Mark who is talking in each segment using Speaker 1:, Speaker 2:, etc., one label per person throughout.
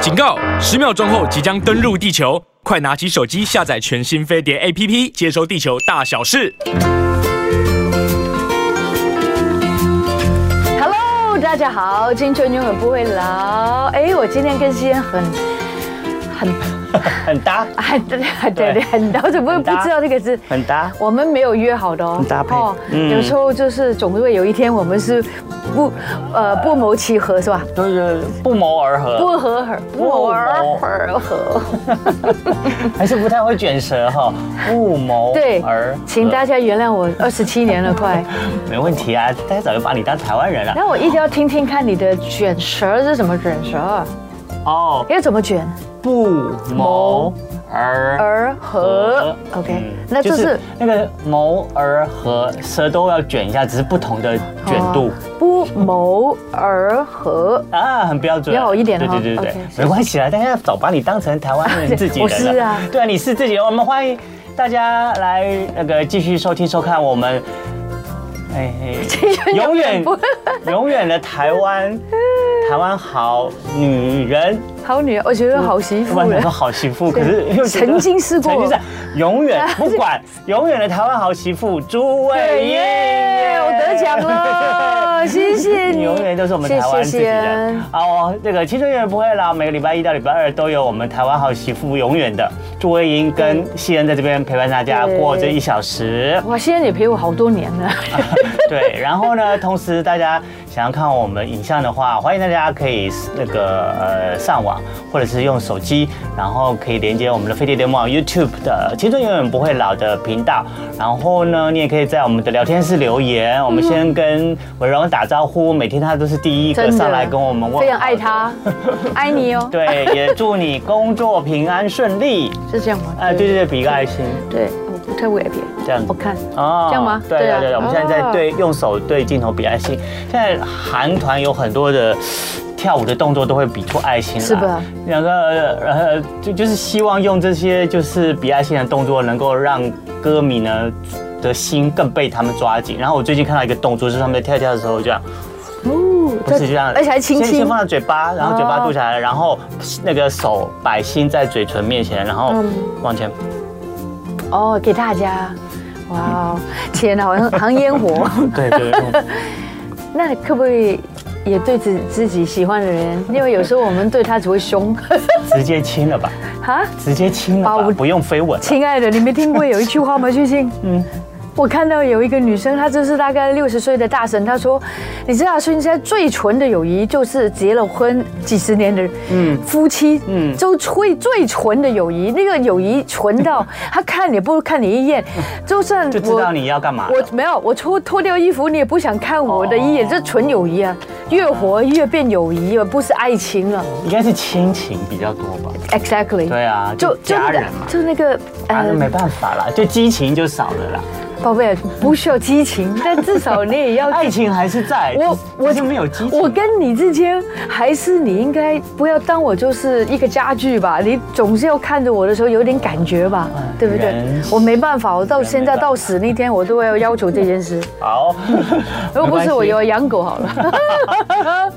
Speaker 1: 警告！十秒钟后即将登陆地球，快拿起手机下载全新飞碟 APP，接收地球大小事。
Speaker 2: Hello，大家好，青春永远不会老。哎，我今天跟西恩很很
Speaker 3: 很搭，
Speaker 2: 很对对对，很搭，我怎么会不知道这个字？
Speaker 3: 很搭。
Speaker 2: 我们没有约好的哦，
Speaker 3: 很搭配嗯
Speaker 2: 有时候就是总会有一天我们是不呃不谋其合是吧？
Speaker 3: 就是不谋而合，
Speaker 2: 不合合，不谋而合。
Speaker 3: 还是不太会卷舌哈。不谋
Speaker 2: 对
Speaker 3: 而合，，
Speaker 2: 请大家原谅我二十七年了，快。
Speaker 3: 没问题啊，太早就把你当台湾人了。
Speaker 2: 然后我一定要听听看你的卷舌是怎么卷舌，啊
Speaker 3: 哦，
Speaker 2: 要怎么卷？
Speaker 3: 不谋而
Speaker 2: 而合
Speaker 3: 合。
Speaker 2: OK，
Speaker 3: 呃嗯
Speaker 2: 那就是
Speaker 3: 那个谋而合，舌都要卷一下，只是不同的卷
Speaker 2: 哦
Speaker 3: 度
Speaker 2: 不谋而合。
Speaker 3: 啊，很标准啊。
Speaker 2: 要有一点
Speaker 3: 对
Speaker 2: 哈
Speaker 3: 对对对
Speaker 2: OK，
Speaker 3: 对，没关系啦，大家早把你当成台湾人
Speaker 2: 对
Speaker 3: 自 己
Speaker 2: 我
Speaker 3: 人了。
Speaker 2: 是啊
Speaker 3: 对啊，你是自己人，我们欢迎大家来那个继续收听收看我们。哎，哎永远永远的台 湾，台湾好女人，
Speaker 2: 好女儿，我觉得好媳妇
Speaker 3: 我想说
Speaker 2: 了。
Speaker 3: 好媳妇，
Speaker 2: 对
Speaker 3: 可是又觉得
Speaker 2: 曾经试过
Speaker 3: 曾经是永 远不管永远的台湾好媳妇朱
Speaker 2: 对
Speaker 3: 伟
Speaker 2: 耶
Speaker 3: 耶，，
Speaker 2: 我得奖 了，谢谢你，
Speaker 3: 你永远都是我们台湾自己人。好、哦，这个青春永远不会老，每个礼拜一到礼拜二都有我们台湾好媳妇永远的朱慧英跟西恩在这边陪伴大家
Speaker 2: 对
Speaker 3: 过这一小时。
Speaker 2: 哇，现在也陪我好多年 了，
Speaker 3: 对，然后呢，同时大家想要看我们影像的话，欢迎大家可以那个呃上网，或者是用手机，然后可以连接我们的飞碟联盟网 YouTube 的“青春永远不会老”的频道。然后呢，你也可以在我们的聊天室留言。我们先跟伟荣打招呼，每天他都是第一个上来跟我们问，
Speaker 2: 非常爱。他，爱你哦，
Speaker 3: 对，也祝你工作平安顺利。
Speaker 2: 是这样吗？
Speaker 3: 啊，对对对，比个爱心
Speaker 2: 对，我不太会别
Speaker 3: 这样子
Speaker 2: 我看
Speaker 3: 哦，
Speaker 2: 这样吗
Speaker 3: 对
Speaker 2: 对啊
Speaker 3: 对对，我们现在
Speaker 2: 哦
Speaker 3: 在对用手对镜头比爱心。现在韩团有很多的跳舞的动作都会比出爱心来，
Speaker 2: 是吧？
Speaker 3: 两个呃，就就是希望用这些就是比爱心的动作，能够让歌迷呢的心更被他们抓紧。然后我最近看到一个动作，就是他们在跳跳的时候这样。
Speaker 2: 哦，
Speaker 3: 不是这样，
Speaker 2: 而且还哦亲
Speaker 3: 先
Speaker 2: 亲
Speaker 3: 先，放到嘴巴，然后嘴巴嘟起来，然后那个手摆心在嘴唇面前，然后
Speaker 2: 嗯
Speaker 3: 往前
Speaker 2: 哦，给大家，哇哦，天哪，好像好像烟 火，
Speaker 3: 对对 对，
Speaker 2: 那可不可以也对自自己喜欢的人？因为有时候我们对他只会凶，
Speaker 3: 直接亲了吧，
Speaker 2: 哈。
Speaker 3: 直接亲了
Speaker 2: 把我
Speaker 3: 吧，不用飞吻了。
Speaker 2: 亲爱的，你没听过有一句话吗？最 近，嗯，我看到有一个女生，她就是大概六十岁的大神，她说：“你知道，现在最纯的友谊就是结了婚几十年的夫妻，嗯，
Speaker 3: 嗯
Speaker 2: 就最最纯的友谊，那个友谊纯到他看也不看你一眼，就算
Speaker 3: 嗯就知道你要干嘛了。
Speaker 2: 我没有，我脱脱掉衣服，你也不想看我的一眼，
Speaker 3: 哦
Speaker 2: 这纯友谊啊，越活越变友谊了，不是爱情了。
Speaker 3: 应该是亲情比较多吧？
Speaker 2: Exactly，
Speaker 3: 对啊，就家人嘛，
Speaker 2: 就那个呃
Speaker 3: 啊，那没办法啦，就激情就少了啦，
Speaker 2: 宝贝，不需要激情，但至少你也要。
Speaker 3: 爱情还是在，
Speaker 2: 我
Speaker 3: 我就哎没有激情。
Speaker 2: 我跟你之间，还是你应该不要当我就是一个家具吧，你总是要看着我的时候有点感觉吧，
Speaker 3: 啊
Speaker 2: 对不对
Speaker 3: 人？
Speaker 2: 我没办法，我到现在
Speaker 3: 人没办法
Speaker 2: 到死那天，我都要要求这件事。
Speaker 3: 好，
Speaker 2: 如果不是我
Speaker 3: 没关系
Speaker 2: 有养狗好了，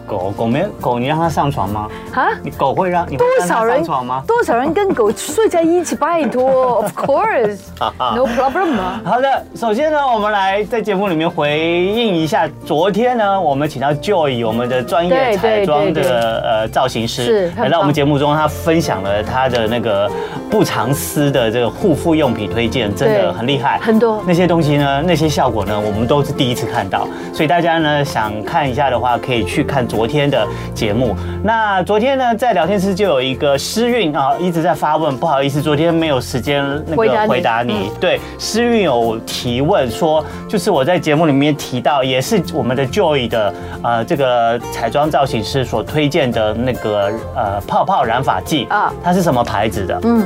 Speaker 3: 狗狗没狗，你让它上床吗？
Speaker 2: 啊，
Speaker 3: 你狗会让你会
Speaker 2: 多
Speaker 3: 让它
Speaker 2: 少人
Speaker 3: 上床吗？
Speaker 2: 多少人跟狗睡在一起？拜 托，Of course，no problem 啊。
Speaker 3: 好的，首先呢，我们来在节目里面回应一下，昨天呢，我们请到 Joy，我们的专
Speaker 2: 对
Speaker 3: 业
Speaker 2: 对
Speaker 3: 彩妆
Speaker 2: 对对
Speaker 3: 的呃造型
Speaker 2: 是
Speaker 3: 师，
Speaker 2: 很
Speaker 3: 来到我
Speaker 2: 棒
Speaker 3: 们节目中，他分享了他的那个不藏私的这个护肤用品推荐，真
Speaker 2: 对
Speaker 3: 的很厉害，
Speaker 2: 很多
Speaker 3: 那些东西呢，那些效果呢，我们都是第一次看到，所以大家呢想看一下的话，可以去看昨天的节目。那昨天呢，在聊天室就有一个诗韵啊，一直在发问，不好意思，昨天没有时间那
Speaker 2: 回答
Speaker 3: 个
Speaker 2: 你
Speaker 3: 回答你。对，诗韵有提问说，就是我在节目里面提到，也是我们的 Joy 的呃这个彩妆造型师所推荐的那个呃泡泡染发剂
Speaker 2: 啊
Speaker 3: 啊，它是什么牌子的？
Speaker 2: 嗯，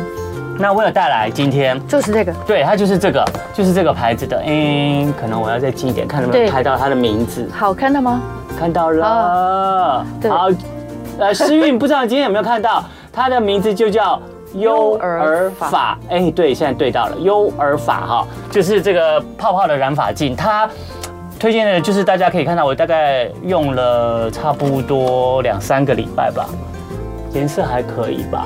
Speaker 3: 那我有带来今天。
Speaker 2: 就是这个，
Speaker 3: 对，它就是这个，就是这个牌子的。嗯，可能我要再近一点，看能不能
Speaker 2: 对
Speaker 3: 拍到它的名字。
Speaker 2: 好看到吗？
Speaker 3: 看到了，
Speaker 2: 哦对
Speaker 3: 好，呃，诗韵不知道你今天有没有看到， 它的名字就叫。
Speaker 2: 优
Speaker 3: 优
Speaker 2: 儿
Speaker 3: 儿
Speaker 2: 法
Speaker 3: 法，哎，对，现在对到了优儿法哈，就是这个泡泡的染发镜，它推荐的就是大家可以看到，我大概用了差不多两三个礼拜吧，颜色还可以吧，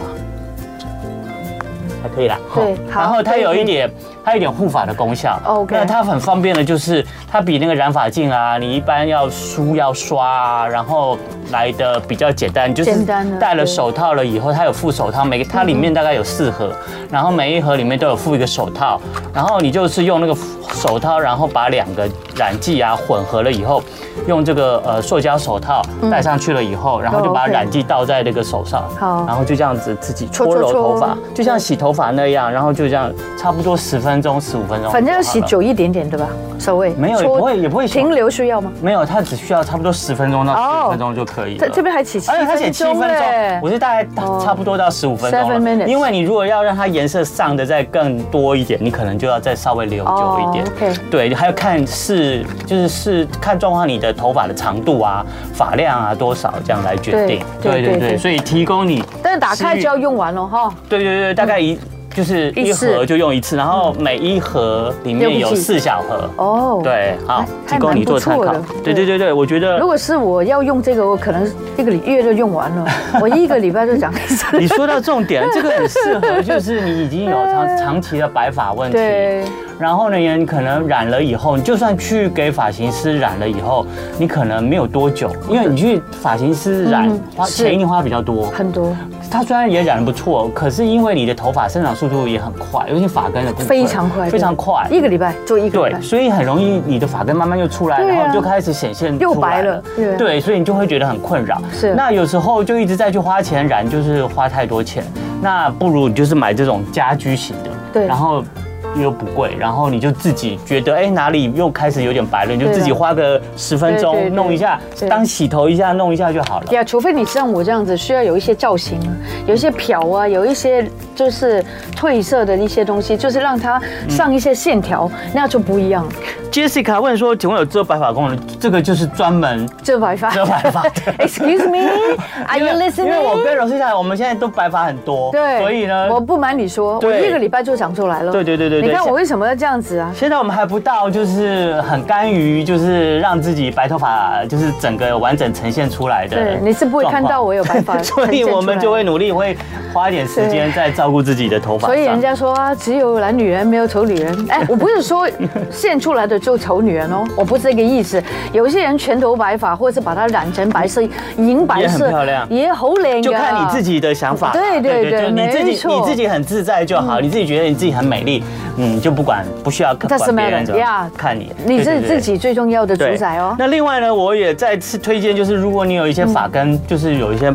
Speaker 3: 还可以啦。
Speaker 2: 对好
Speaker 3: 然后它
Speaker 2: 可以
Speaker 3: 有
Speaker 2: 可
Speaker 3: 一
Speaker 2: 以
Speaker 3: 点，它有一点护发的功效。
Speaker 2: OK
Speaker 3: 那它很方便的就是，它比那个染发镜啊，你一般要梳要刷啊，然后来的比较简单，就是
Speaker 2: 简单了嗯
Speaker 3: 戴了
Speaker 2: 对
Speaker 3: 手套了以后，它有附手套，每个它里面大概有四盒，然后每一盒里面都有附一个手套，然后你就是用那个手套，然后把两个染剂啊混合了以后，用这个呃塑胶手套戴上去了以后，然后就
Speaker 2: 嗯哦
Speaker 3: 把
Speaker 2: ，OK
Speaker 3: 染剂倒在那个手上，
Speaker 2: 好
Speaker 3: 然后就这样子自己
Speaker 2: 搓
Speaker 3: 搓揉
Speaker 2: 搓搓
Speaker 3: 头发，就像洗头发那样，然后就这样差不多十分钟十五分钟就好了，
Speaker 2: 反正要洗久一点点，对吧？所谓
Speaker 3: 没有也
Speaker 2: 搓
Speaker 3: 不会也不会洗
Speaker 2: 停留需要吗？
Speaker 3: 没有，它啊只需要差不多十分钟到十
Speaker 2: 哦
Speaker 3: 五分钟就可以了。
Speaker 2: 这这边还起，
Speaker 3: 而且哎它写七分钟，我是大概
Speaker 2: 哦
Speaker 3: 差不多到十五分钟
Speaker 2: Seven
Speaker 3: 了
Speaker 2: minutes
Speaker 3: 因为你如果要让它颜色上的再更多一点，你可能就要再稍微留久一点
Speaker 2: 哦。，OK
Speaker 3: 对，还要看是就是是看状况你的头发的长度啊、发量啊多少这样来决定。
Speaker 2: 对对对对
Speaker 3: 所以提供你，
Speaker 2: 但是打开就要用完了哈。
Speaker 3: 对对对，大概一。就是
Speaker 2: 一
Speaker 3: 一
Speaker 2: 次
Speaker 3: 盒就用一次，然后每一盒里面
Speaker 2: 六
Speaker 3: 有
Speaker 2: 个剂
Speaker 3: 四小盒，
Speaker 2: 哦，。
Speaker 3: 对，好
Speaker 2: 哎，
Speaker 3: 提供你做参
Speaker 2: 还
Speaker 3: 考
Speaker 2: 蛮不错的。
Speaker 3: 对对对对，我觉得
Speaker 2: 如果是我要用这个，我可能一个月就用完 了，我一个礼拜就讲一次。
Speaker 3: 你说到重点， 这个很适合，就是你已经有长长期的白发问题，
Speaker 2: 对，
Speaker 3: 然后呢，你可能染了以后，你就算去给发型师染了以后，你可能没有多久，因为你去发型师染
Speaker 2: 嗯，
Speaker 3: 花
Speaker 2: 是
Speaker 3: 钱一定花比较多。
Speaker 2: 很多
Speaker 3: 它虽然也染得不错，可是因为你的头发生长速度也很快，尤其发根的部分
Speaker 2: 非常快，
Speaker 3: 非常快。
Speaker 2: 一个礼拜做一个礼
Speaker 3: 对，
Speaker 2: 拜。
Speaker 3: 所以很容易你的发根慢慢就出来，
Speaker 2: 对啊
Speaker 3: 然后就开始显现
Speaker 2: 又
Speaker 3: 出来
Speaker 2: 白了对
Speaker 3: 对，所以你就会觉得很困扰。
Speaker 2: 是
Speaker 3: 那有时候就一直在去花钱染，就是花太多钱。那不如你就是买这种家居型的，
Speaker 2: 对
Speaker 3: 然后。又不贵，然后你就自己觉得哎、哪里又开始有点白了，你就
Speaker 2: 对了
Speaker 3: 自己花个十分
Speaker 2: 对对
Speaker 3: 钟
Speaker 2: 对
Speaker 3: 弄一下，
Speaker 2: 对
Speaker 3: 当洗头一下弄一下就好了。
Speaker 2: 呀，除非你像我这样子，需要有一些造型啊，有一些漂啊，有一些就是褪色的一些东西，就是让它上一些线条，
Speaker 3: 嗯
Speaker 2: 那就不一样。
Speaker 3: Jessica 问说，请问有遮白发功能？这个就是专门
Speaker 2: 遮白发，
Speaker 3: 遮白发的
Speaker 2: Excuse me，Are
Speaker 3: 因
Speaker 2: you
Speaker 3: 为
Speaker 2: listening？
Speaker 3: 因为我跟柔西塔，我们现在都白发很多，
Speaker 2: 对，
Speaker 3: 所以呢，
Speaker 2: 我不瞒你说，我
Speaker 3: 对
Speaker 2: 一个礼拜就长出来了。
Speaker 3: 对对对对对
Speaker 2: 你看
Speaker 3: 像
Speaker 2: 我为什么要这样子啊？
Speaker 3: 现在我们还不到，就是很甘于，就是让自己白头发，就是整个完整呈现出来的。，
Speaker 2: 对，你是不会看到我。有白发
Speaker 3: 所以我们就会。努力，会花一点时间在照顾自己的头发
Speaker 2: 所
Speaker 3: 上。
Speaker 2: 以人家说啊，只有懒女人，没有丑女人。哎，我不是说现出来的就丑女人哦，我不是这个意思。有些人全头白发，或是把它染成白色、银白色，
Speaker 3: 也很漂亮
Speaker 2: 也好靓。
Speaker 3: 就看你自。己的想法啦。
Speaker 2: 对对对
Speaker 3: 就你自
Speaker 2: 没
Speaker 3: 己
Speaker 2: 错嗯
Speaker 3: 你自己很自在就好，你自己觉得你自己很美丽，嗯，就不管不需要管
Speaker 2: Doesn't
Speaker 3: 别人
Speaker 2: matter，
Speaker 3: 怎么
Speaker 2: yeah
Speaker 3: 看你，
Speaker 2: 你
Speaker 3: 对
Speaker 2: 是
Speaker 3: 对对
Speaker 2: 自己最重要的主
Speaker 3: 对，
Speaker 2: 宰哦。
Speaker 3: 那另外呢，我也再次推荐，就是如果你有一些发
Speaker 2: 嗯
Speaker 3: 根，就是有一些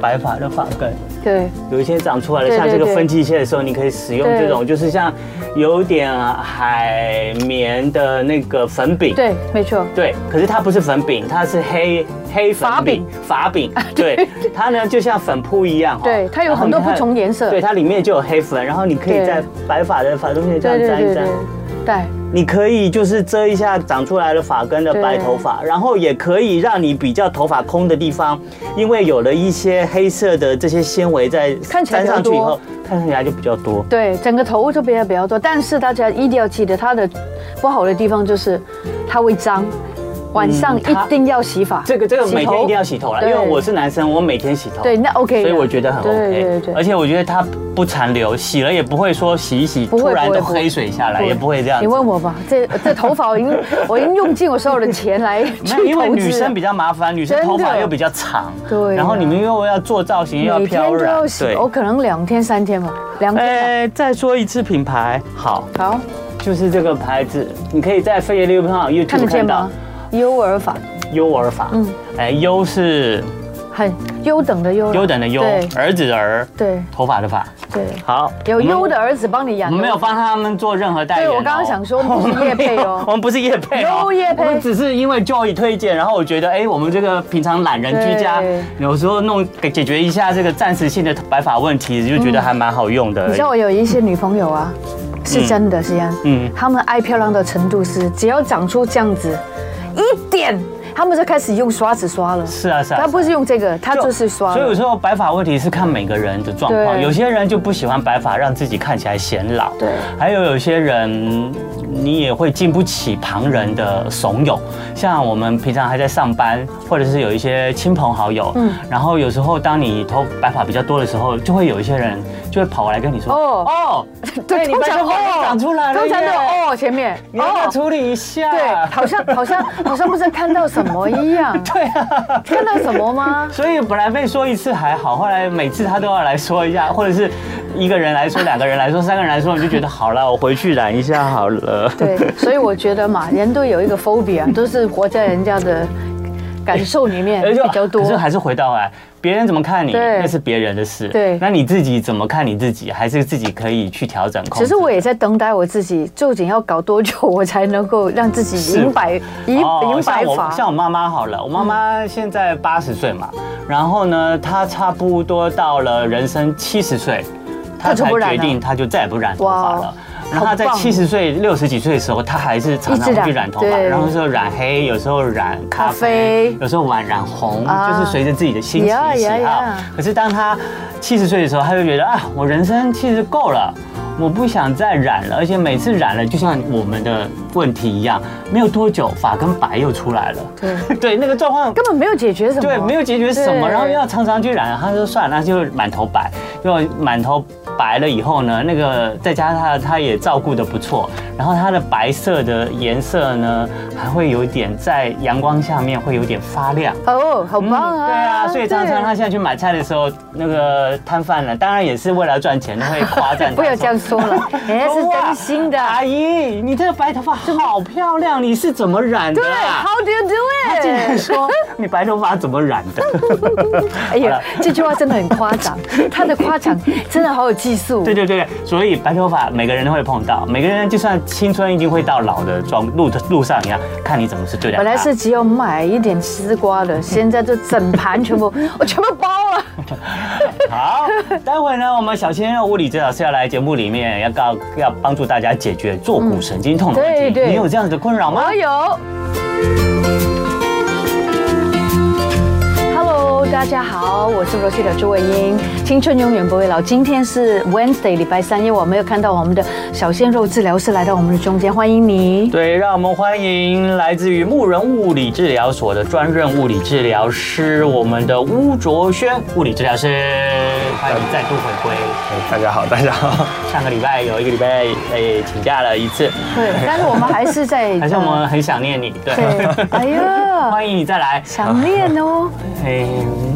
Speaker 3: 白发的发根。
Speaker 2: 对，
Speaker 3: 有一些长出来的，
Speaker 2: 对
Speaker 3: 像
Speaker 2: 对
Speaker 3: 这个
Speaker 2: 对
Speaker 3: 分季蟹的时候，你可以使用
Speaker 2: 对
Speaker 3: 这种，就是像有点海绵的那个粉饼。
Speaker 2: 对，没错。
Speaker 3: 对，可是它不是粉饼，它是黑黑粉
Speaker 2: 法饼，啊
Speaker 3: 法饼。对，它呢就像粉扑一样哦
Speaker 2: 对它有很多
Speaker 3: 然后你看
Speaker 2: 不同颜色
Speaker 3: 对，它里面就有黑粉，然后你可以
Speaker 2: 对
Speaker 3: 在白发的发中间这
Speaker 2: 对
Speaker 3: 样
Speaker 2: 对
Speaker 3: 沾一
Speaker 2: 对
Speaker 3: 沾
Speaker 2: 对。，对。
Speaker 3: 你可以就是遮一下长出来的发根的
Speaker 2: 对
Speaker 3: 白头发，然后也可以让你比较头发空的地方，因为有了一些黑色的这些纤维在
Speaker 2: 看起来
Speaker 3: 粘上
Speaker 2: 比较
Speaker 3: 去以
Speaker 2: 多
Speaker 3: 后，看起来就比较多。
Speaker 2: 对，整个头这边比较多，但是大家一定要记得它的不好的地方就是它会脏，晚上一
Speaker 3: 它
Speaker 2: 定要洗发，
Speaker 3: 嗯这个这个
Speaker 2: 洗
Speaker 3: 每天
Speaker 2: 头
Speaker 3: 一定要洗头了，因
Speaker 2: 对
Speaker 3: 为我是男生，我每天洗头。
Speaker 2: 对，那 OK 的。
Speaker 3: 所以我觉得很 OK，
Speaker 2: 对对对
Speaker 3: 而且我觉得它不残留，洗了也不会说洗一洗
Speaker 2: 不会
Speaker 3: 突然
Speaker 2: 不会
Speaker 3: 都
Speaker 2: 不会
Speaker 3: 黑水下来，
Speaker 2: 对
Speaker 3: 也不会这样
Speaker 2: 你
Speaker 3: 子。
Speaker 2: 问我吧，这这头发我已 经我已经用尽我所有的钱来
Speaker 3: 没有，
Speaker 2: 去
Speaker 3: 因为
Speaker 2: 投
Speaker 3: 女
Speaker 2: 资
Speaker 3: 生
Speaker 2: 了。
Speaker 3: 比较麻烦，女生
Speaker 2: 真的
Speaker 3: 头发又比较长，
Speaker 2: 对啊
Speaker 3: 然后你们又要做造型，又要
Speaker 2: 每天
Speaker 3: 飘
Speaker 2: 都
Speaker 3: 染
Speaker 2: 要，洗，我可能两天三天吧，两天吧。
Speaker 3: 哎，再说一次品牌，好，
Speaker 2: 好，
Speaker 3: 就是这个牌子，你可以在飞碟六频道 YouTube
Speaker 2: 看得见
Speaker 3: 看到
Speaker 2: 吗？优尔法，
Speaker 3: 优尔法，嗯
Speaker 2: 嗯，
Speaker 3: 哎，优是
Speaker 2: 很优等的优啦，
Speaker 3: 优等的优
Speaker 2: 对，
Speaker 3: 儿子的儿，
Speaker 2: 对
Speaker 3: 头发的发。
Speaker 2: 对，
Speaker 3: 好，
Speaker 2: 有
Speaker 3: 我们
Speaker 2: 优的，儿子帮你养
Speaker 3: 我
Speaker 2: 的。
Speaker 3: 们没有帮他们做任何代言哦。
Speaker 2: 对我刚刚想说
Speaker 3: 我们
Speaker 2: 不是业配哦
Speaker 3: 我们不是业配哦，
Speaker 2: No 业配
Speaker 3: 我们只是因为 Joy 推荐，然后我觉得，哎，我们这个平常懒人居家
Speaker 2: 对，
Speaker 3: 有时候弄给解决一下这个暂时性的白发问题，就觉得还蛮好用的而已。
Speaker 2: 嗯你知道我有一些女朋友啊，是真的，是这样，
Speaker 3: 嗯
Speaker 2: 嗯，她们爱漂亮的程度是，只要长出这样子一点，他们就开始用刷子刷了。
Speaker 3: 是啊是啊
Speaker 2: 他不是用这个，他
Speaker 3: 就
Speaker 2: 就是刷
Speaker 3: 所以有
Speaker 2: 了。
Speaker 3: 时候白发问题是看每个人的状况，
Speaker 2: 对
Speaker 3: 有些人就不喜欢白发，让自己看起来显老。
Speaker 2: 对
Speaker 3: 还有有些人你也会经不起旁人的怂恿，像我们平常还在上班，或者是有一些亲朋好友，嗯，然后有时候当你头白发比较多的时候，就会有一些人就会跑过来跟你说，
Speaker 2: 哦
Speaker 3: 哦，
Speaker 2: 对，
Speaker 3: 你白头发都长出来了
Speaker 2: 通
Speaker 3: 耶，
Speaker 2: 常都有哦前面
Speaker 3: 你要不要
Speaker 2: 哦，
Speaker 3: 处理一下？
Speaker 2: 对，好像好像好像不知道看到什么一样，
Speaker 3: 对啊。
Speaker 2: 看到什么吗？
Speaker 3: 所以本来被说一次还好，后来每次他都要来说一下，或者是一个人来说、两个人来说、三个人来说，你就觉得好了，我回去染一下好了。
Speaker 2: 对，所以我觉得嘛，人都有一个 phobia，都是活在人家的感受里 面
Speaker 3: 而且
Speaker 2: 比较多
Speaker 3: 哎可。是还是回到来，别人怎么看你，
Speaker 2: 对
Speaker 3: 那是别人的事。
Speaker 2: 对
Speaker 3: 那你自己怎么看你自己，还是自己可以去调整控制。
Speaker 2: 只是我也在等待我自己，究竟要搞多久，我才能够让自己
Speaker 3: 是
Speaker 2: 赢白赢
Speaker 3: 哦
Speaker 2: 赢白嗯
Speaker 3: 像我像
Speaker 2: 发？
Speaker 3: 我妈妈好了，我妈妈现在八十岁嘛，然后呢，她差不多到了人生七十岁，
Speaker 2: 她
Speaker 3: 她
Speaker 2: 就
Speaker 3: 才
Speaker 2: 不染
Speaker 3: 决
Speaker 2: 了
Speaker 3: 定她就再也不染头发
Speaker 2: 哇
Speaker 3: 了。然后她在
Speaker 2: 好棒
Speaker 3: 七十岁、六十几岁的时候，她还是常
Speaker 2: 一
Speaker 3: 常
Speaker 2: 直
Speaker 3: 会
Speaker 2: 染
Speaker 3: 去染头发，
Speaker 2: 对
Speaker 3: 然后有时候染黑，有时候染咖
Speaker 2: 咖啡
Speaker 3: 啡，有时候染染红，
Speaker 2: 啊
Speaker 3: 就是随着自己的心情
Speaker 2: 呀
Speaker 3: 喜
Speaker 2: 呀
Speaker 3: 好
Speaker 2: 呀。
Speaker 3: 啊可是当她七十岁的时候，她就觉得啊，我人生其实够了。我不想再染了，而且每次染了，就像我们的问题一样，没有多久发根白又出来了。
Speaker 2: 对，
Speaker 3: 对，那个状况
Speaker 2: 根本没有解决什么。
Speaker 3: 对没有解决什么，
Speaker 2: 对
Speaker 3: 然后又要常常去染，他说算了，那就满头白，就满头白了以后呢，那个再加上他他也照顾的不错，然后他的白色的颜色呢，还会有点在阳光下面会有点发亮。
Speaker 2: 哦，好棒
Speaker 3: 嗯
Speaker 2: 啊！
Speaker 3: 对啊，所以常常他
Speaker 2: 对
Speaker 3: 现在去买菜的时候，那个摊贩呢，当然也是为了赚钱，会夸 赞
Speaker 2: 不
Speaker 3: 他。
Speaker 2: 要这样 说了，人家是真心的。
Speaker 3: 阿姨，你这个白头发好漂亮，你是怎么染的
Speaker 2: 对
Speaker 3: 啊？
Speaker 2: ，How do you
Speaker 3: 他
Speaker 2: do
Speaker 3: 竟然
Speaker 2: it？
Speaker 3: 说你白头发怎么染的？
Speaker 2: 哎呀，这句话真的很夸张，他的夸张真的好有技术。
Speaker 3: 对对对，对所以白头发每个人都会碰到，每个人就算青春一定会到老的状路路上一样，看你怎么是对待它。
Speaker 2: 本来是只有买一点丝瓜的，现在就整盘全部，我全部包了。
Speaker 3: 好，待会呢，我们小鲜肉物理治疗师要来节目里面要告要帮助大家解决坐骨神经痛的问题。
Speaker 2: 嗯对对
Speaker 3: 你有这样子的困扰吗
Speaker 2: 我？有。Hello，大家好，我是 Rosita 朱慧英，青春永远不会老。今天是 Wednesday，礼拜三，因为我没有看到我们的小鲜肉治疗师来到我们的中间，欢迎你。
Speaker 3: 对，让我们欢迎来自于牧人物理治疗所的专任物理治疗师，我们的巫卓轩物理治疗师，欢迎再度回归。
Speaker 4: 哎大家好，大家好。
Speaker 3: 上个礼拜有一个礼拜诶、请假了一次，
Speaker 2: 对，但是我们还是在，
Speaker 3: 还是我们很想念你，对，
Speaker 2: 对，哎呀，
Speaker 3: 欢迎你再来。
Speaker 2: 想念哦。
Speaker 3: 诶、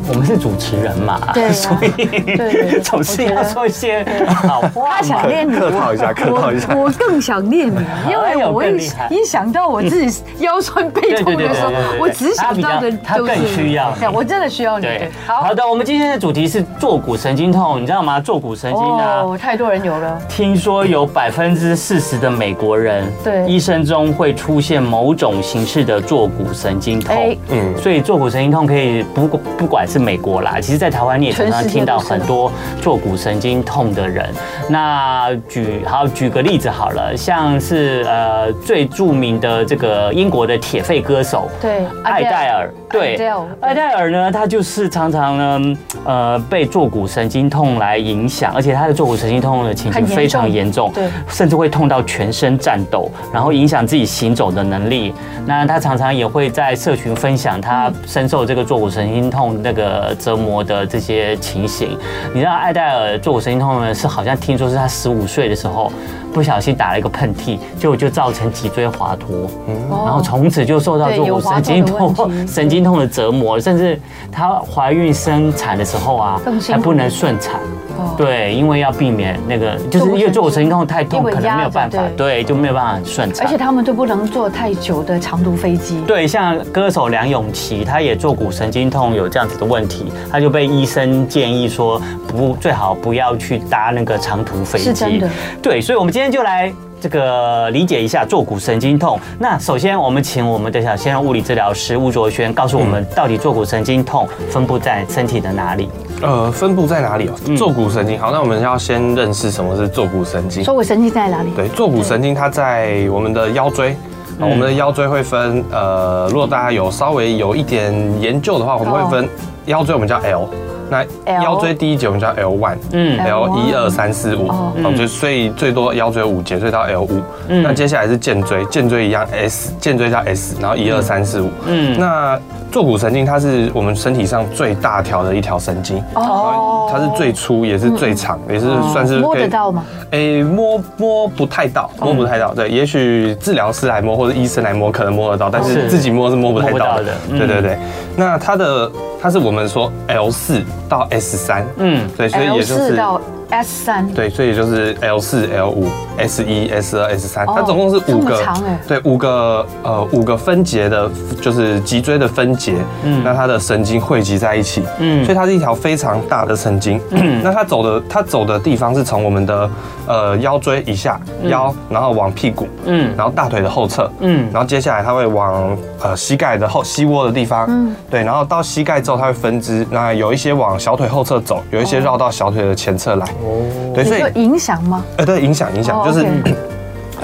Speaker 3: 我们是主持人嘛，
Speaker 2: 对啊
Speaker 3: 所
Speaker 2: 对
Speaker 3: 以总是
Speaker 2: 我觉
Speaker 3: 要
Speaker 2: 得
Speaker 3: 说一些好话
Speaker 2: 他想
Speaker 3: 嘛。
Speaker 2: 念你，
Speaker 4: 哦客套一下客套一下
Speaker 2: 我我更想念你，因
Speaker 3: 哎
Speaker 2: 为
Speaker 3: 呦
Speaker 2: 我一
Speaker 3: 更厉害
Speaker 2: 一想到我自己腰酸背痛的时候
Speaker 3: 对对对对对，对
Speaker 2: 我只想到的
Speaker 3: 他
Speaker 2: 就
Speaker 3: 比较
Speaker 2: 是
Speaker 3: 他更需要你
Speaker 2: 对我真的需要你。
Speaker 3: 对，
Speaker 2: 好
Speaker 3: 好，的，我们今天的主题是坐骨神经痛，你知道吗？坐骨神经啊，
Speaker 2: 哦，太多人有了，
Speaker 3: 听说有百分之四十的美国人，
Speaker 2: 对
Speaker 3: 一生中会出现某种形式的坐骨神经痛
Speaker 2: 哎。
Speaker 3: 嗯，所以坐骨神经痛可以不不管是美国啦，其实在台湾你也常常
Speaker 2: 全世界
Speaker 3: 听到
Speaker 2: 都是
Speaker 3: 很多坐骨神经痛的人。那举好举个例子好了，像是呃最著名的这个英国的铁肺歌手，
Speaker 2: 对，
Speaker 3: 艾戴啊尔，对
Speaker 2: Adele，
Speaker 3: 艾戴尔呢，他就是常常呢，呃，被坐骨神经痛来影响，而且他的坐骨神经痛的情
Speaker 2: 很
Speaker 3: 形
Speaker 2: 严重
Speaker 3: 非常严重，
Speaker 2: 对
Speaker 3: 甚至会痛到全身颤抖，然后影响自己行走的能力。那他常常也会在社群分享他
Speaker 2: 嗯
Speaker 3: 深受这个坐骨神经痛那个折磨的这些情形。你知道艾戴尔坐骨神经痛呢，是好像听说是他十五岁的时候不小心打了一个喷嚏，结果就造成脊椎滑脱，然
Speaker 2: 哦
Speaker 3: 后从此就受到
Speaker 2: 对
Speaker 3: 坐骨
Speaker 2: 有滑
Speaker 3: 神经
Speaker 2: 脱的问
Speaker 3: 痛
Speaker 2: 题
Speaker 3: 神经痛的折磨，甚至她怀孕生产的时候啊
Speaker 2: 更，辛苦
Speaker 3: 还不能顺产
Speaker 2: 哦。
Speaker 3: 对，因为要避免那个，就是因为坐骨神经痛太痛，
Speaker 2: 因为
Speaker 3: 可能没有办法
Speaker 2: 压着，
Speaker 3: 对，就没有办法顺产
Speaker 2: 而且。他们都不能坐太久的长途飞机。
Speaker 3: 对，像歌手梁咏琪，她也坐骨神经痛有这样子的问题，她就被医生建议说不最好不要去搭那个长途飞机。
Speaker 2: 是真的
Speaker 3: 对，所以我们今天就来。这个理解一下坐骨神经痛。那首先，我们请我们的小先生物理治疗师吴卓轩告诉我们，到底坐骨神经痛分布在身体的哪里？
Speaker 4: 呃，分布在哪里哦？坐骨神经。好，那我们要先认识什么是坐骨神经。
Speaker 2: 说我神经在哪里？
Speaker 4: 对，坐骨神经它在我们的腰椎。好我们的腰椎会分，呃，如果大家有稍微有一点研究的话，我们会分腰椎，我们叫 L。那
Speaker 2: L
Speaker 4: 腰椎第一节我们叫 L one，
Speaker 3: 嗯
Speaker 4: 嗯，L 嗯
Speaker 2: L1
Speaker 4: 一二三四五，
Speaker 2: 哦
Speaker 4: 好，最最最多腰椎五节，所以到 L 五。那接下来是肩椎，肩椎一样 S，肩椎叫 S，然后一二三四五。
Speaker 3: 嗯
Speaker 4: 嗯，那坐骨神经它是我们身体上最大条的一条神经，
Speaker 2: 哦
Speaker 4: 它是最粗也是最长，也是算是
Speaker 2: 嗯摸
Speaker 4: 可以
Speaker 2: 得到吗？
Speaker 4: 诶，摸摸不太到，摸不太到。对，也许治疗师来摸或者医生来摸可能摸得到，但
Speaker 3: 是
Speaker 4: 是自己摸是摸不太
Speaker 3: 摸不
Speaker 4: 到
Speaker 3: 到
Speaker 4: 的
Speaker 3: 的。嗯
Speaker 4: 对对对，那它的它是我们说 L 四到 S 三，
Speaker 3: 嗯
Speaker 4: 嗯，对，所以
Speaker 2: L
Speaker 4: 也就
Speaker 2: 四
Speaker 4: 是
Speaker 2: 到 S 三，
Speaker 4: 对，所以也就是 L 四、L 五、S 一、S 二、S 三，
Speaker 2: 哦
Speaker 4: 它总共是
Speaker 2: 这
Speaker 4: 五
Speaker 2: 么
Speaker 4: 个
Speaker 2: 长哎，
Speaker 4: 对，五个呃五个分节的，就是脊椎的分节，嗯，那它的神经汇集在一起，
Speaker 3: 嗯
Speaker 4: 嗯，所以它是一条非常大的神经，嗯，那它走的它走的地方是从我们的呃腰椎以下腰，然后往屁股，
Speaker 3: 嗯
Speaker 4: 然后大腿的后侧，
Speaker 3: 嗯
Speaker 4: 嗯，然后接下来它会往呃膝盖的后膝窝的地方，嗯，对，然后到膝盖之后它会分支，那有一些往小腿后侧走，有一
Speaker 2: 哦
Speaker 4: 些绕到小腿的前侧来，哦，对，
Speaker 2: 你
Speaker 4: 所以
Speaker 2: 说影响吗？
Speaker 4: 呃，对，影响影
Speaker 2: 哦
Speaker 4: 响，就是
Speaker 2: OK 哦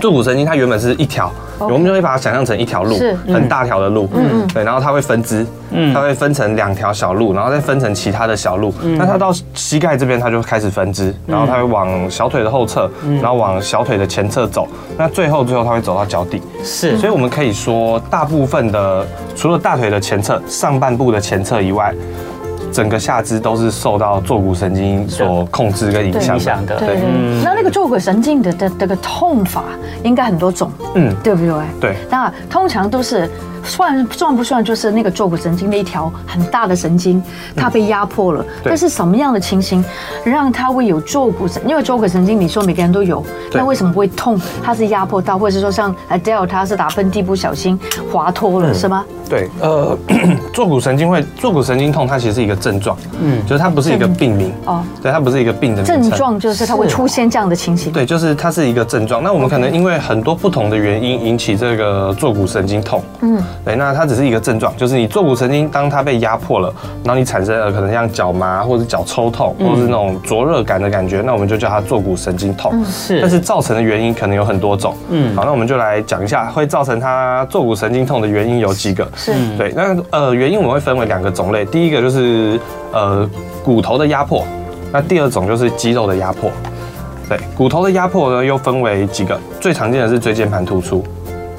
Speaker 4: 坐骨神经它原本是一条，我们就会把它想象成一条路
Speaker 2: 是，
Speaker 4: 很大条的路，嗯，对，然后它会分支，它会分成两条小路，然后再分成其他的小路，那它到膝盖这边它就开始分支，然后它会往小腿的后侧，然后往小腿的前侧走，那最后最后它会走到脚底，
Speaker 3: 是，
Speaker 2: 嗯
Speaker 4: 所以我们可以说，大部分的除了大腿的前侧、上半部的前侧以外，整个下肢都是受到坐骨神经所控制跟影响
Speaker 3: 影响的
Speaker 2: 对对，对那那个坐骨神经的的这个痛法应该很多种，
Speaker 4: 嗯，
Speaker 2: 对不对？
Speaker 4: 对
Speaker 2: 那通常都是算算不算就是那个坐骨神经的一条很大的神经，它被压迫了。
Speaker 4: 嗯对
Speaker 2: 但是什么样的情形让它会有坐骨神？因为坐骨神经你说每个人都有，
Speaker 4: 对
Speaker 2: 那为什么会痛？它是压迫到，或者是说像 Adele 她是打喷嚏不小心滑脱
Speaker 4: 嗯
Speaker 2: 了，是吗？
Speaker 4: 对，呃， 坐骨神经会坐骨神经痛，它其实是一个症状，嗯，就是它不是一个病名
Speaker 2: 哦
Speaker 4: 哦，对，它不是一个病的名称
Speaker 2: 症状就是它会出现这样的情形。
Speaker 4: 对，就是它是一个症状。那我们可能因为很多不同的原因引起这个坐骨神经痛，嗯，对，那它只是一个症状，就是你坐骨神经当它被压迫了，然后你产生了可能像脚麻或者脚抽痛，或者是那种灼热感的感觉，那我们就叫它坐骨神经痛。
Speaker 3: 是
Speaker 4: 但是造成的原因可能有很多种，嗯，好，那我们就来讲一下会造成它坐骨神经痛的原因有几个，
Speaker 2: 是
Speaker 4: 对，那呃原因我们会分为两个种类，第一个就是呃骨头的压迫，那第二种就是肌肉的压迫。对，骨头的压迫呢又分为几个，最常见的是椎间盘突出。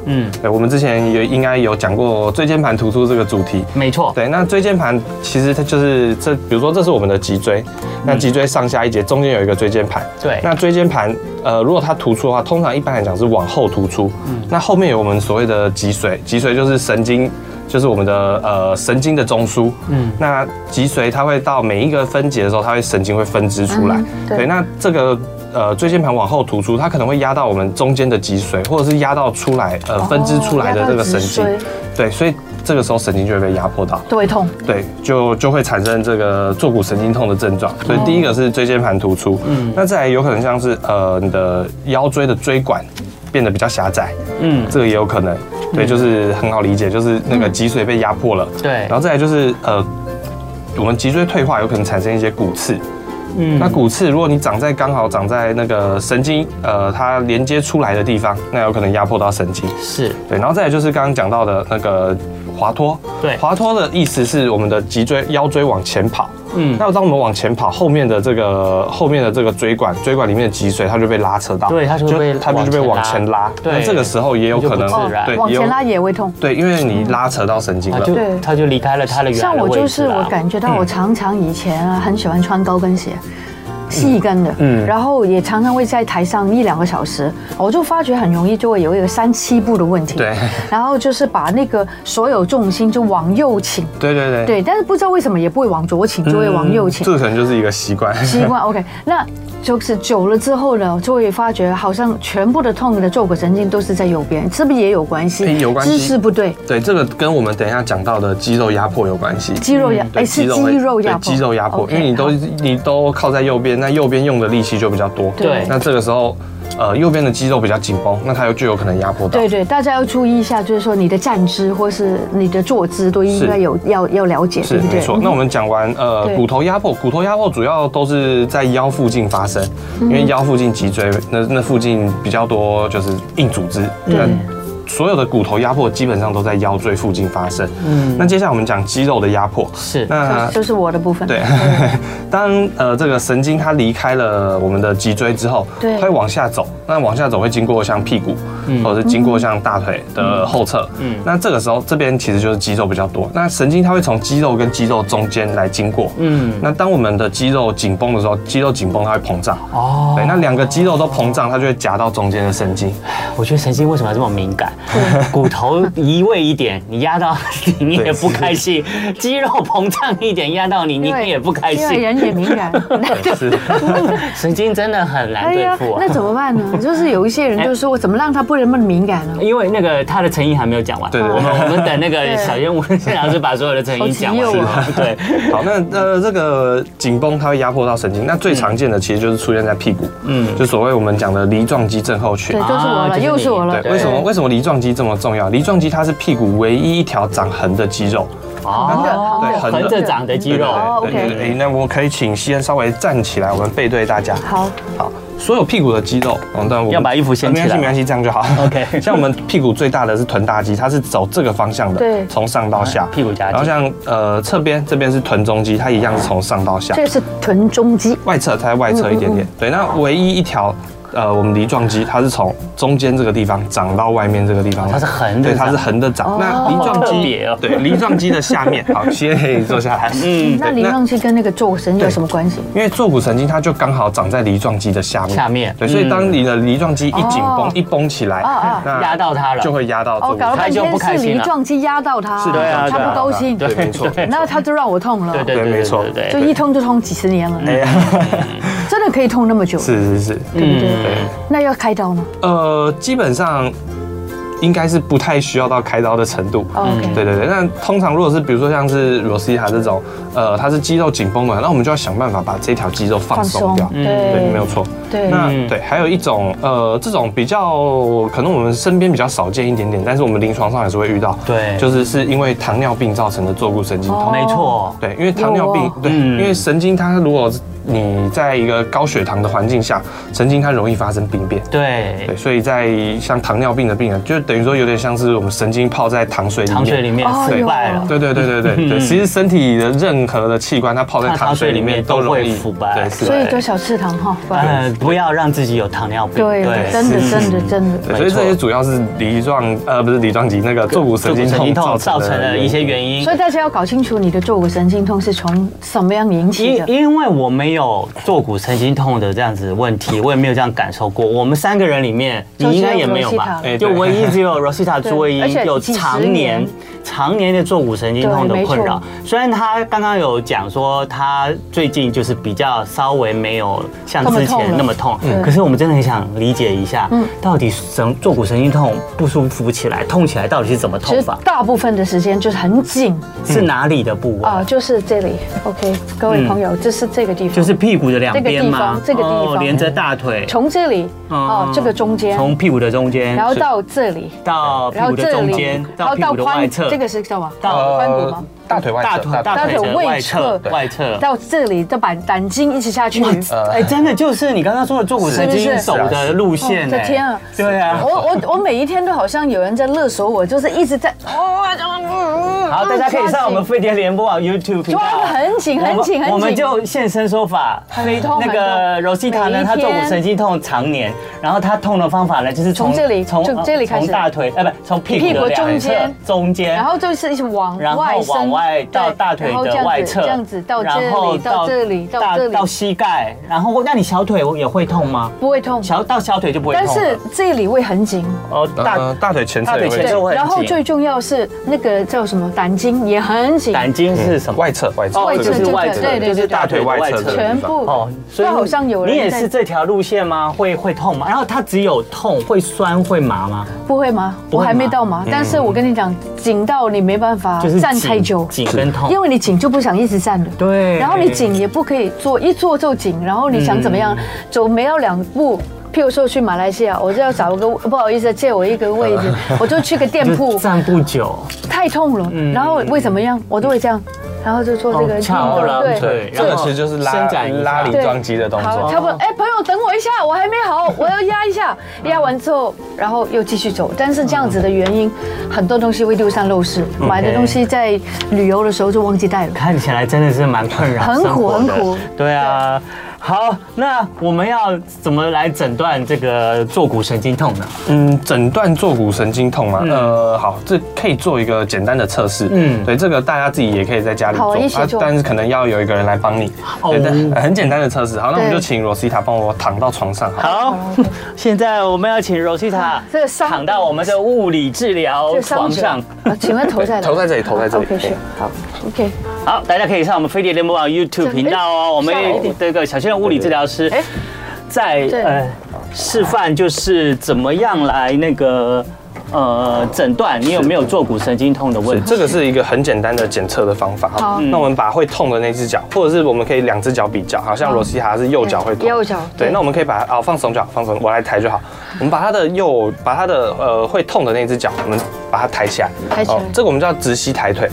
Speaker 3: 嗯，
Speaker 4: 对，我们之前也应该有讲过椎间盘突出这个主题。
Speaker 3: 没错，
Speaker 4: 对，那椎间盘其实它就是这，比如说这是我们的脊椎，那脊椎上下一节中间有一个椎间盘。
Speaker 3: 对
Speaker 4: 那椎间盘呃，如果它突出的话，通常一般来讲是往后突出。那后面有我们所谓的脊髓，脊髓就是神经。就是我们的呃神经的中枢，嗯，那脊髓它会到每一个分节的时候，它会神经会分支出来，
Speaker 2: 嗯对
Speaker 4: 对，那这个呃椎间盘往后突出，它可能会压到我们中间的脊髓，或者是压到出来呃分支出来的这个神经，
Speaker 2: 哦压到脊髓
Speaker 4: 对，所以这个时候神经就会被压迫到，
Speaker 2: 都会痛。
Speaker 4: 对，就就会产生这个坐骨神经痛的症状。所以第一个是椎间盘突出，哦嗯，那再来有可能像是呃你的腰椎的椎管变得比较狭窄，
Speaker 3: 嗯
Speaker 4: 嗯，这个也有可能。对，就是很好理解，就是那个脊髓被压迫了。
Speaker 3: 对
Speaker 4: 然后再来就是呃，我们脊椎退化有可能产生一些骨刺。嗯，那骨刺如果你长在刚好长在那个神经呃它连接出来的地方，那有可能压迫到神经。
Speaker 3: 是，
Speaker 4: 对，然后再来就是刚刚讲到的那个滑脱，
Speaker 3: 对
Speaker 4: 滑脱的意思是我们的脊椎腰椎往前跑，
Speaker 3: 嗯
Speaker 4: 嗯，那当我们往前跑，后面的这个后面的这个椎管，椎管里面的脊髓它就被拉扯到，
Speaker 3: 对它就会被
Speaker 4: 它就被
Speaker 3: 往
Speaker 4: 往
Speaker 3: 前
Speaker 4: 前
Speaker 3: 拉
Speaker 4: 拉，
Speaker 3: 对
Speaker 4: 那这个时候也有可能
Speaker 3: 就不自然
Speaker 4: 对，
Speaker 2: 哦往
Speaker 4: 也有
Speaker 2: 前拉也会痛。
Speaker 4: 对，因为你拉扯到神经
Speaker 3: 他
Speaker 4: 了，
Speaker 3: 就
Speaker 2: 对
Speaker 3: 他就离开了他
Speaker 4: 啊
Speaker 3: 的原来
Speaker 2: 像
Speaker 3: 的
Speaker 2: 我
Speaker 3: 位置
Speaker 2: 就
Speaker 3: 啦
Speaker 2: 是我感觉
Speaker 4: 嗯
Speaker 2: 到我常常以前啊很喜欢穿高跟鞋。细跟的，嗯，
Speaker 4: 嗯
Speaker 2: 然后也常常会在台上一两个小时，我就发觉很容易就会有一个三七步的问题，
Speaker 4: 对，
Speaker 2: 然后就是把那个所有重心就往右倾，
Speaker 4: 对对对，嗯
Speaker 2: 对，但是不知道为什么也不会往左倾，就会往右倾
Speaker 4: 这，个可能就是一个习惯，
Speaker 2: 习惯 OK，那就是久了之后呢，就会发觉好像全部的痛的坐骨神经都是在右边，是不是也有关系？
Speaker 4: 哎有关系
Speaker 2: 姿势不对，
Speaker 4: 对，这个跟我们等一下讲到的肌肉压迫有关系。嗯
Speaker 2: 肌肉压，
Speaker 4: 对
Speaker 2: 哎，是肌肉压迫，
Speaker 4: 对肌肉压迫，
Speaker 2: OK，
Speaker 4: 因为你都
Speaker 2: 好
Speaker 4: 你都靠在右边，那右边用的力气就比较多。
Speaker 2: 对
Speaker 4: 那这个时候，呃，右边的肌肉比较紧绷，那它又就有可能压迫到。
Speaker 2: 对对，大家要注意一下，就是说你的站姿或是你的坐姿都应该有要要了解，
Speaker 4: 是
Speaker 2: 对不对？
Speaker 4: 没错。那我们讲完呃
Speaker 2: 对
Speaker 4: 骨头压迫，骨头压迫主要都是在腰附近发生，
Speaker 2: 嗯
Speaker 4: 因为腰附近脊椎那那附近比较多就是硬组织，那所有的骨头压迫基本上都在腰椎附近发生。嗯，那接下来我们讲肌肉的压迫。
Speaker 3: 是
Speaker 4: 那
Speaker 2: 就嗯就是我的部分。
Speaker 4: 对，当呃这个神经它离开了我们的脊椎之后，
Speaker 2: 对
Speaker 4: 它会往下走。那往下走会经过像屁股，或者是经过像大腿的后侧。嗯，那这个时候这边其实就是肌肉比较多。那神经它会从肌肉跟肌肉中间来经过。嗯，那当我们的肌肉紧绷的时候，肌肉紧绷它会膨胀。
Speaker 3: 哦
Speaker 4: 对，那两个肌肉都膨胀，它就会夹到中间的神 经。
Speaker 3: 我觉得神经为什么要这么敏感？骨头移位一点，你压到你也不开心；肌肉膨胀一点，压到你 你
Speaker 2: 因为
Speaker 3: 也不开
Speaker 2: 因为
Speaker 3: 心。
Speaker 2: 人也敏 感。
Speaker 4: 是，
Speaker 3: 神经真的很难
Speaker 2: 哎
Speaker 3: 对
Speaker 2: 呀
Speaker 3: 付，啊
Speaker 2: 那。怎么办 呢？就是有一些人就说，我怎么让他不那么敏感呢？
Speaker 3: 因为那个他的成因还没有讲完，
Speaker 4: 对对对
Speaker 3: 我们我们等那个
Speaker 2: 对
Speaker 3: 小燕吴现老师把所有的成因讲
Speaker 2: 好
Speaker 3: 完
Speaker 2: 急哦
Speaker 3: 了， 对，
Speaker 4: 好，那呃，这个紧绷它会压迫到神经，那最常见的其实就是出现在屁股，
Speaker 3: 嗯
Speaker 4: 嗯，就所谓我们讲的梨状肌症候群
Speaker 2: 对，。就是我
Speaker 3: 啊就是
Speaker 2: 了，
Speaker 3: 你
Speaker 2: 又是我了。
Speaker 4: 对，为什么为什么梨状肌这么重要？梨状肌它是屁股唯一一条长横的肌肉。
Speaker 3: 哦
Speaker 2: 对
Speaker 4: 横着
Speaker 3: 横着长的肌肉，
Speaker 2: 哦
Speaker 4: 啊对对
Speaker 2: OK
Speaker 4: 对对。那我可以请西恩稍微站起来，我们背对大家。
Speaker 2: 好，
Speaker 4: 好，所有屁股的肌肉，嗯，但我们
Speaker 3: 要把衣服掀起来
Speaker 4: 没关系，没关系，这样就好。
Speaker 3: OK
Speaker 4: 像我们屁股最大的是臀大肌，它是走这个方向的，
Speaker 2: 对
Speaker 4: 从上到下
Speaker 3: 啊。屁股夹肌
Speaker 4: 然后像呃侧边这边是臀中肌，它一样是从上到下。
Speaker 2: 这是臀中肌，
Speaker 4: 外侧，它在外侧一点点。对，那唯一一条，呃，我们梨状肌它是从中间这个地方长到外面这个地方来，
Speaker 3: 它是横着
Speaker 4: 对，
Speaker 3: 长
Speaker 4: 它是横着长。那梨状
Speaker 3: 好特
Speaker 4: 肌
Speaker 3: 别哦，
Speaker 4: 对，梨状肌的下面，好，先可以坐下来。嗯，
Speaker 2: 那梨状肌跟那个坐神有什么关系？
Speaker 4: 因为坐骨神经它就刚好长在梨状肌的下面，
Speaker 3: 下面
Speaker 4: 对，所以当你的梨状肌一紧绷
Speaker 2: 哦，
Speaker 4: 一绷起来
Speaker 2: 哦哦，
Speaker 4: 那
Speaker 3: 压到它了
Speaker 4: 就会压到坐
Speaker 2: 哦，
Speaker 4: 骨
Speaker 2: 搞了
Speaker 4: 神
Speaker 2: 半
Speaker 3: 他就
Speaker 2: 天
Speaker 3: 不开
Speaker 2: 是
Speaker 3: 心
Speaker 2: 梨
Speaker 3: 了
Speaker 2: 状肌压到他，
Speaker 4: 经，
Speaker 3: 对啊
Speaker 2: 他
Speaker 3: 对啊
Speaker 2: 不高兴，
Speaker 4: 对，没错。
Speaker 2: 那他就让我痛了，
Speaker 3: 对对
Speaker 4: 对
Speaker 3: 对，
Speaker 4: 没错
Speaker 3: 对对
Speaker 2: 就
Speaker 3: 哎对
Speaker 2: 一痛就痛几十年了，嗯
Speaker 4: 哎呀，
Speaker 2: 真的可以痛那么久，
Speaker 4: 是是是，
Speaker 2: 对不对？
Speaker 4: 对，
Speaker 3: 嗯
Speaker 2: 那要开刀吗
Speaker 4: 呃，基本上应该是不太需要到开刀的程度。
Speaker 3: 嗯
Speaker 2: 哦？OK，
Speaker 4: 对对对，那通常如果是比如说像是 Rosita 这种，呃，它是肌肉紧绷的，那我们就要想办法把这条肌肉放
Speaker 2: 放
Speaker 4: 松
Speaker 2: 松，
Speaker 4: 掉。对，没有
Speaker 2: 对
Speaker 4: 错。
Speaker 2: 对，
Speaker 4: 那
Speaker 3: 嗯
Speaker 4: 对，还有一种呃，这种比较呃可能我们身边比较少见一点点，但是我们临床上也是会遇到。
Speaker 3: 对
Speaker 4: 就是是因为糖尿病造成的坐骨神
Speaker 2: 哦
Speaker 4: 经痛。
Speaker 3: 没错，
Speaker 4: 对，因为糖尿病
Speaker 2: 有哦，
Speaker 4: 对，因
Speaker 3: 嗯
Speaker 4: 为神经它如果你在一个高血糖的环境下，神经它容易发生病变。
Speaker 3: 对
Speaker 4: 对，，所以在像糖尿病的病人，就等于说有点像是我们神经泡在糖水里面。
Speaker 3: 糖水里面
Speaker 2: 哦
Speaker 3: 腐
Speaker 2: 有
Speaker 3: 败了。
Speaker 4: 对对对对
Speaker 3: 嗯
Speaker 4: 对对，其实身体的任何的器官，它泡在糖水里面都容
Speaker 3: 它糖水
Speaker 4: 易
Speaker 3: 里面都会腐败
Speaker 4: 对，是啊
Speaker 2: 所以就少吃糖哈，不然
Speaker 3: 嗯，不要让自己有糖尿病。
Speaker 2: 对，真的真的真的，
Speaker 3: 没
Speaker 4: 对，所以
Speaker 3: 错
Speaker 4: 这些主要是梨状呃不是梨状肌那个坐骨神经
Speaker 3: 坐骨
Speaker 4: 痛
Speaker 3: 造成的一些原因
Speaker 2: 所。以大家要搞清楚你的坐骨神经痛是从什么样引起
Speaker 3: 因
Speaker 2: 的。
Speaker 3: 因为我没有坐骨神经痛的这样子 问题，我也没有这样感受过。我们三个人里面，
Speaker 2: 就
Speaker 3: 你
Speaker 2: 只有
Speaker 3: 应该也没有吧
Speaker 2: Rosita？
Speaker 4: 哎对
Speaker 3: 就唯一只有 Rosita
Speaker 2: 对
Speaker 3: 朱慧
Speaker 2: 而且
Speaker 3: 英有
Speaker 2: 几十
Speaker 3: 常
Speaker 2: 年
Speaker 3: 年常年的坐骨神经痛的
Speaker 2: 对
Speaker 3: 困扰
Speaker 2: 没。
Speaker 3: 虽然她刚刚有讲说她最近就是比较稍微没有像
Speaker 2: 那么
Speaker 3: 之
Speaker 2: 痛
Speaker 3: 前
Speaker 2: 了
Speaker 3: 那么痛
Speaker 2: 嗯，
Speaker 3: 可是我们真的很想理解一下，到底神坐骨神经痛不舒服起来、痛起来到底是怎么
Speaker 2: 其
Speaker 3: 痛
Speaker 2: 实
Speaker 3: 法？
Speaker 2: 大部分的时间就是很紧
Speaker 3: 是哪里的部位？
Speaker 2: 啊，就是这里。OK，各位朋友，这是这个地方，
Speaker 3: 嗯就是屁股的两边吗？
Speaker 2: 这个地方这个地方
Speaker 3: 哦连着大腿，
Speaker 2: 从这里哦
Speaker 3: 嗯，
Speaker 2: 这个中间，
Speaker 3: 从屁股的中间，
Speaker 2: 然后到这里，
Speaker 3: 到屁
Speaker 2: 然后
Speaker 3: 股的
Speaker 2: 这
Speaker 3: 中
Speaker 2: 里
Speaker 3: 间，，
Speaker 2: 然
Speaker 3: 到
Speaker 2: 后
Speaker 3: 屁股的外
Speaker 2: 髋，
Speaker 3: 侧，
Speaker 2: 这个是叫什么？哦
Speaker 3: 到
Speaker 2: 髋骨吗？
Speaker 4: 大腿外
Speaker 3: 大腿大腿
Speaker 2: 大腿
Speaker 3: 的外
Speaker 2: 外侧
Speaker 3: 侧外侧。
Speaker 2: 到这里，到板胆经一直下去。
Speaker 3: 哎，真的就是你刚刚说的坐骨神
Speaker 2: 是不
Speaker 3: 经
Speaker 2: 是
Speaker 3: 走的路线
Speaker 2: 哦这
Speaker 3: 哎
Speaker 2: 天啊
Speaker 3: 对啊。
Speaker 2: 我我我每一天都好像有人在勒索我，就是一直在
Speaker 3: 哎
Speaker 2: 哦，
Speaker 3: 好，
Speaker 2: 好
Speaker 3: 大家可以上我们飞碟联播网 YouTube 频道
Speaker 2: 抓得
Speaker 3: 啊，
Speaker 2: 很紧很紧
Speaker 3: 我
Speaker 2: 很
Speaker 3: 们
Speaker 2: 紧
Speaker 3: 我们就现身说法。
Speaker 2: 很痛
Speaker 3: 那
Speaker 2: 很
Speaker 3: 个
Speaker 2: 痛
Speaker 3: Rosita
Speaker 2: 每
Speaker 3: 呢，
Speaker 2: 一
Speaker 3: 她坐骨
Speaker 2: 天
Speaker 3: 神经痛常年，然后她痛的方法呢，就是
Speaker 2: 从这里就
Speaker 3: 呃
Speaker 2: 这里开始
Speaker 3: 从大腿，哎，不，从屁
Speaker 2: 屁
Speaker 3: 股
Speaker 2: 股
Speaker 3: 的两
Speaker 2: 中
Speaker 3: 侧
Speaker 2: 间
Speaker 3: 中间，
Speaker 2: 然后就是一直往
Speaker 3: 然后
Speaker 2: 外伸，
Speaker 3: 往外到
Speaker 2: 对
Speaker 3: 大腿
Speaker 2: 然后这
Speaker 3: 的
Speaker 2: 样
Speaker 3: 外
Speaker 2: 子
Speaker 3: 侧，
Speaker 2: 这样子到这
Speaker 3: 然后
Speaker 2: 里，到这里，到
Speaker 3: 大
Speaker 2: 这里
Speaker 3: 到膝盖，然后那你小腿也会痛吗？
Speaker 2: 不会痛，
Speaker 3: 小到小腿就不会痛
Speaker 2: 但
Speaker 3: 了，
Speaker 2: 是这里会很紧。
Speaker 3: 哦
Speaker 4: 呃
Speaker 3: 大
Speaker 4: 大腿前侧也
Speaker 3: 大腿
Speaker 4: 会
Speaker 3: 前侧会很紧
Speaker 2: 然后最重要是那个叫什么胆经也很紧，
Speaker 3: 胆经是什么？
Speaker 4: 嗯外侧外侧
Speaker 3: 哦
Speaker 2: 外侧
Speaker 4: 这
Speaker 3: 就
Speaker 4: 个
Speaker 2: 这
Speaker 3: 是
Speaker 2: 个
Speaker 3: 外侧，
Speaker 2: 对对对
Speaker 3: 就是大
Speaker 4: 大
Speaker 3: 腿
Speaker 4: 腿
Speaker 3: 的
Speaker 4: 外
Speaker 3: 外
Speaker 4: 侧这个地
Speaker 3: 侧。
Speaker 4: 方
Speaker 2: 全部
Speaker 3: 哦，所以
Speaker 2: 那好像有人
Speaker 3: 你也
Speaker 2: 在
Speaker 3: 是这条路线吗？会会痛吗？然后它只有痛，会酸会麻吗？
Speaker 2: 不会吗？
Speaker 3: 不会
Speaker 2: 我还没
Speaker 3: 吗嗯
Speaker 2: 到麻，但是我跟你讲，紧到你没办法啊站
Speaker 3: 紧
Speaker 2: 太久，
Speaker 3: 紧跟痛，
Speaker 2: 因为你紧就不想一直站了。
Speaker 3: 哦对
Speaker 2: 然后你紧也不可以坐，一坐就紧，然后你想怎么
Speaker 3: 嗯
Speaker 2: 样，走没有两步。譬如说去马来西亚，我就要找个不好意思借我一个位 置，我就去个店
Speaker 3: 就
Speaker 2: 铺，
Speaker 3: 站不久，
Speaker 2: 太痛了。然后为怎么样，我都会这样，然后就做这
Speaker 3: 哦
Speaker 2: 个
Speaker 3: 翘二郎
Speaker 2: 对
Speaker 3: 腿哦
Speaker 4: 这个其实就是拉
Speaker 3: 伸展一下
Speaker 4: 拉梨状肌的动
Speaker 2: 好，
Speaker 4: 作。
Speaker 2: 差不多。哎，朋友等我我一下，我还没 好，我要压一下，压完之后，然后又继续走。但是这样子的原因，很多东西会丢三漏四，
Speaker 3: 嗯
Speaker 2: 买的东西在旅游的时候就忘记带了。
Speaker 3: 看起来真的是蛮困扰，
Speaker 2: 很苦很苦。
Speaker 3: 对啊，好，那我们要怎么来诊断这个坐骨神经痛呢？
Speaker 4: 嗯，诊断坐骨神经痛嘛，呃，好，这可以做一个简单的测试，
Speaker 3: 嗯
Speaker 4: 嗯，对，这个大家自己也可以在家里
Speaker 2: 好
Speaker 4: 做，啊
Speaker 2: 一起做
Speaker 4: 但是可能要有一个人来帮你，
Speaker 3: 哦
Speaker 4: 对，但呃很简单的测试，好，那我们
Speaker 2: 对
Speaker 4: 就请罗西塔帮我躺到床上，好，
Speaker 3: 好，现在我们要请 Rosita
Speaker 2: 这个伤
Speaker 3: 躺到我们的物理治疗
Speaker 2: 这伤
Speaker 3: 床
Speaker 2: 者
Speaker 3: 上。
Speaker 2: 啊请问头在 哪？啊
Speaker 4: 头在这里头在这里哦
Speaker 2: OK，是好，OK。
Speaker 3: 好，大家可以上我们飞碟联播网 YouTube 频道哦。我们
Speaker 2: 下来一点
Speaker 3: 这个小鲜肉物理治疗师
Speaker 2: 哎
Speaker 3: 在
Speaker 2: 对
Speaker 3: 呃示范，就是怎么样来那个呃诊断你有没有坐骨神经痛的问
Speaker 4: 是，
Speaker 3: 题。
Speaker 4: 这个是一个很简单的检测的方法。
Speaker 2: 好
Speaker 4: 那我们把会痛的那只脚，或者是我们可以两只脚比较，好像罗西哈是右脚会痛，
Speaker 2: 右脚对
Speaker 4: 对，那我们可以把它啊放松脚，放松，我来抬 就好。我们把它的右，把它的呃会痛的那只脚，我们把它抬起来，哦
Speaker 2: 抬起来
Speaker 4: 这个我们叫直膝抬腿。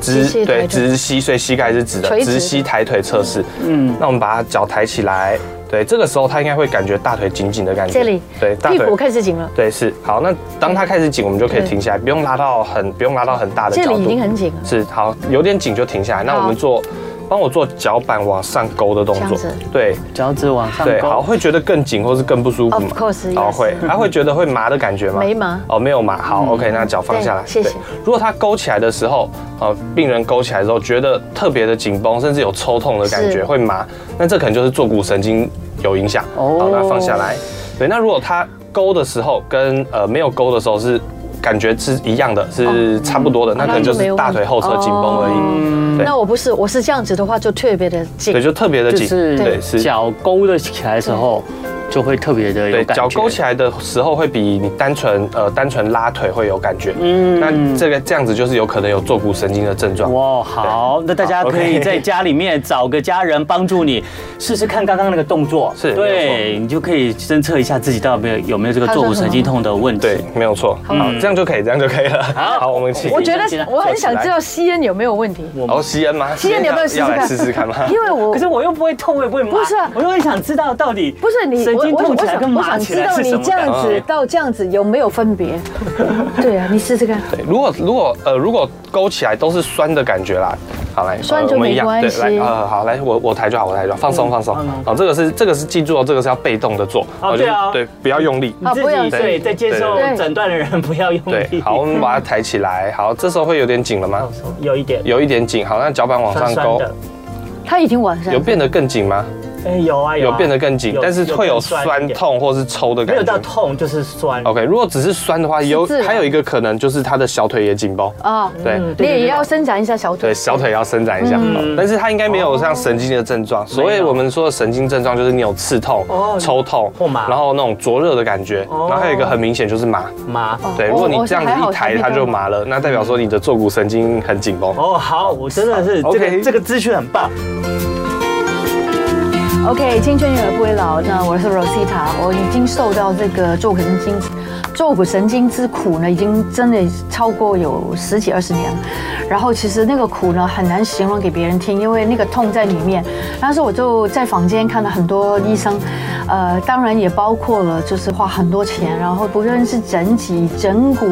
Speaker 2: 直膝
Speaker 4: 直
Speaker 2: 抬腿
Speaker 4: 对直膝，所以膝盖是直的
Speaker 2: 垂，直的
Speaker 4: 直膝抬腿测试。
Speaker 3: 嗯
Speaker 4: 嗯，那我们把它脚抬起来，对，这个时候他应该会感觉大腿紧紧的感觉。
Speaker 2: 这里
Speaker 4: 对，大
Speaker 2: 屁
Speaker 4: 腿
Speaker 2: 股开始紧了，
Speaker 4: 对是好。那当它开始紧，我们就可以
Speaker 2: 对
Speaker 4: 停下来，不用拉到很不用拉到很大的角
Speaker 2: 这
Speaker 4: 度。
Speaker 2: 里已经很紧了。
Speaker 4: 是好，有点紧就停下来。那
Speaker 2: 好
Speaker 4: 我们做，帮我做脚板往上勾的动
Speaker 2: 这样
Speaker 4: 作
Speaker 2: 子。
Speaker 4: 对
Speaker 3: 脚趾往上
Speaker 4: 对，好，
Speaker 3: 勾，
Speaker 4: 会觉得更紧或是更不舒服
Speaker 2: Of
Speaker 4: 吗
Speaker 2: course，
Speaker 4: 哦
Speaker 2: yes
Speaker 4: 会，还会觉得会麻的感觉吗？
Speaker 2: 没麻嗯
Speaker 4: 哦，没有麻。好，OK，那脚放下来。
Speaker 2: 对谢谢
Speaker 4: 对。如果它勾起来的时候，呃，病人勾起来之后觉得特别的紧绷，甚至有抽痛的感
Speaker 2: 是
Speaker 4: 觉，会麻，那这可能就是坐骨神经有影响。
Speaker 3: 哦
Speaker 4: 好，那放下来。对，那如果它勾的时候跟呃没有勾的时候是。感觉是一样的，是差不多的，那可能就
Speaker 2: 哦那就没
Speaker 4: 是
Speaker 2: 有
Speaker 4: 大腿后侧紧绷而已。
Speaker 2: 哦
Speaker 4: 对
Speaker 2: 那我不是，我是这样子的话就特别的紧
Speaker 4: 对，。就特别的
Speaker 3: 就
Speaker 4: 紧，对
Speaker 3: 是
Speaker 4: 是。
Speaker 3: 脚勾的起来的时候就会特别的有
Speaker 4: 对，
Speaker 3: 感觉。
Speaker 4: 脚勾起来的时候会比你单纯呃单纯拉腿会有感觉，嗯，那这个这样子就是有可能有坐骨神经的症状。
Speaker 3: 哇，好，那大家
Speaker 4: 好
Speaker 3: 可以
Speaker 4: OK
Speaker 3: 在家里面找个家人帮助你试试看刚刚那个动作，
Speaker 4: 是没
Speaker 3: 对你就可以侦测一下自己到底有没有有没有这个坐骨神经痛的问题。
Speaker 4: 对，没有错，好，这样就可以，这样就可以了。
Speaker 3: 好
Speaker 4: 好，我们请。
Speaker 2: 我觉得我很想知道吸烟有没有问题，
Speaker 4: 哦，吸恩吗？
Speaker 2: 吸烟你有没有试试
Speaker 4: 要来
Speaker 2: 看
Speaker 4: 试试看吗？
Speaker 2: 因为我
Speaker 3: 可是我又不会痛，我也不会麻，
Speaker 2: 不是啊
Speaker 3: 我又很想知道到底
Speaker 2: 不是你，
Speaker 3: 神经
Speaker 2: 我我
Speaker 3: 痛起
Speaker 2: 我
Speaker 3: 来跟
Speaker 2: 想我
Speaker 3: 麻
Speaker 2: 想
Speaker 3: 起
Speaker 2: 知
Speaker 3: 来
Speaker 2: 道
Speaker 3: 是
Speaker 2: 你
Speaker 3: 什么
Speaker 2: 这
Speaker 3: 感
Speaker 2: 样
Speaker 3: 觉？
Speaker 2: 子到这样子有没有分 别？对啊，你试试看。
Speaker 4: 对，如果如果呃如果勾起来都是酸的感觉啦，好来，
Speaker 2: 酸
Speaker 4: 呃
Speaker 2: 就
Speaker 4: 我们
Speaker 2: 没
Speaker 4: 一样
Speaker 2: 关
Speaker 4: 对
Speaker 2: 系
Speaker 4: 来，呃好来，我我抬就好，我抬就好，放松放松
Speaker 3: 放松。
Speaker 4: 好，这个是这个是记住哦，这个是要被动的做，
Speaker 3: 哦
Speaker 4: 好
Speaker 3: 对啊
Speaker 4: 就是对，不要用力。
Speaker 3: 你自
Speaker 2: 啊不要
Speaker 3: 己对
Speaker 4: 对
Speaker 3: 在接受
Speaker 2: 对
Speaker 3: 诊断的人不要用
Speaker 4: 对
Speaker 3: 力。，
Speaker 4: 好，我，们把它抬起来。好，这时候会有点紧了吗？
Speaker 3: 有一点
Speaker 4: 有一点紧，好，那脚板往
Speaker 3: 酸
Speaker 4: 上
Speaker 3: 酸
Speaker 4: 勾，
Speaker 3: 的，
Speaker 2: 他已经晚上
Speaker 4: 有变得更紧吗？
Speaker 3: 哎， 有啊
Speaker 4: 有
Speaker 3: 啊
Speaker 4: 变得更紧，但是会有
Speaker 3: 更一
Speaker 4: 酸
Speaker 3: 点，
Speaker 4: 痛或是抽的
Speaker 3: 没有
Speaker 4: 感
Speaker 3: 到
Speaker 4: 觉。
Speaker 3: 痛就是酸。
Speaker 4: OK，如果只是酸的话，有
Speaker 2: 自然
Speaker 4: 还有一个可能就是他的小腿也紧绷，
Speaker 2: 啊，
Speaker 4: 对
Speaker 2: 你也要伸展一下小腿
Speaker 4: 对，。小腿要伸展一下，
Speaker 3: 嗯
Speaker 4: 但是他应该没有像神经的症状。所谓我们说的神经症状，就是你有刺痛
Speaker 3: 哦、
Speaker 4: 抽痛
Speaker 3: 或麻
Speaker 4: 然后那种灼热的感觉，
Speaker 3: 哦
Speaker 4: 然后还有一个很明显就是麻。
Speaker 3: 麻。
Speaker 4: 对，
Speaker 2: 哦
Speaker 4: 如果你
Speaker 2: 我
Speaker 4: 这样子
Speaker 2: 我还好
Speaker 4: 一抬
Speaker 2: 才
Speaker 4: 它
Speaker 2: 会
Speaker 4: 就
Speaker 2: 这样
Speaker 4: 麻了，那代表说你的坐骨神经很紧绷。
Speaker 3: 哦，好，我真的是这
Speaker 4: OK
Speaker 3: 个这个资讯很棒。
Speaker 2: OK，青春永远不会老。那我是 Rosita，我已经受到这个坐骨神经坐骨神经之苦呢，已经真的超过有十几二十年了。然后其实那个苦呢，很难形容给别人听，因为那个痛在里面。当时我就在房间看了很多医生，呃，当然也包括了就是花很多钱，然后不论是整脊、整骨。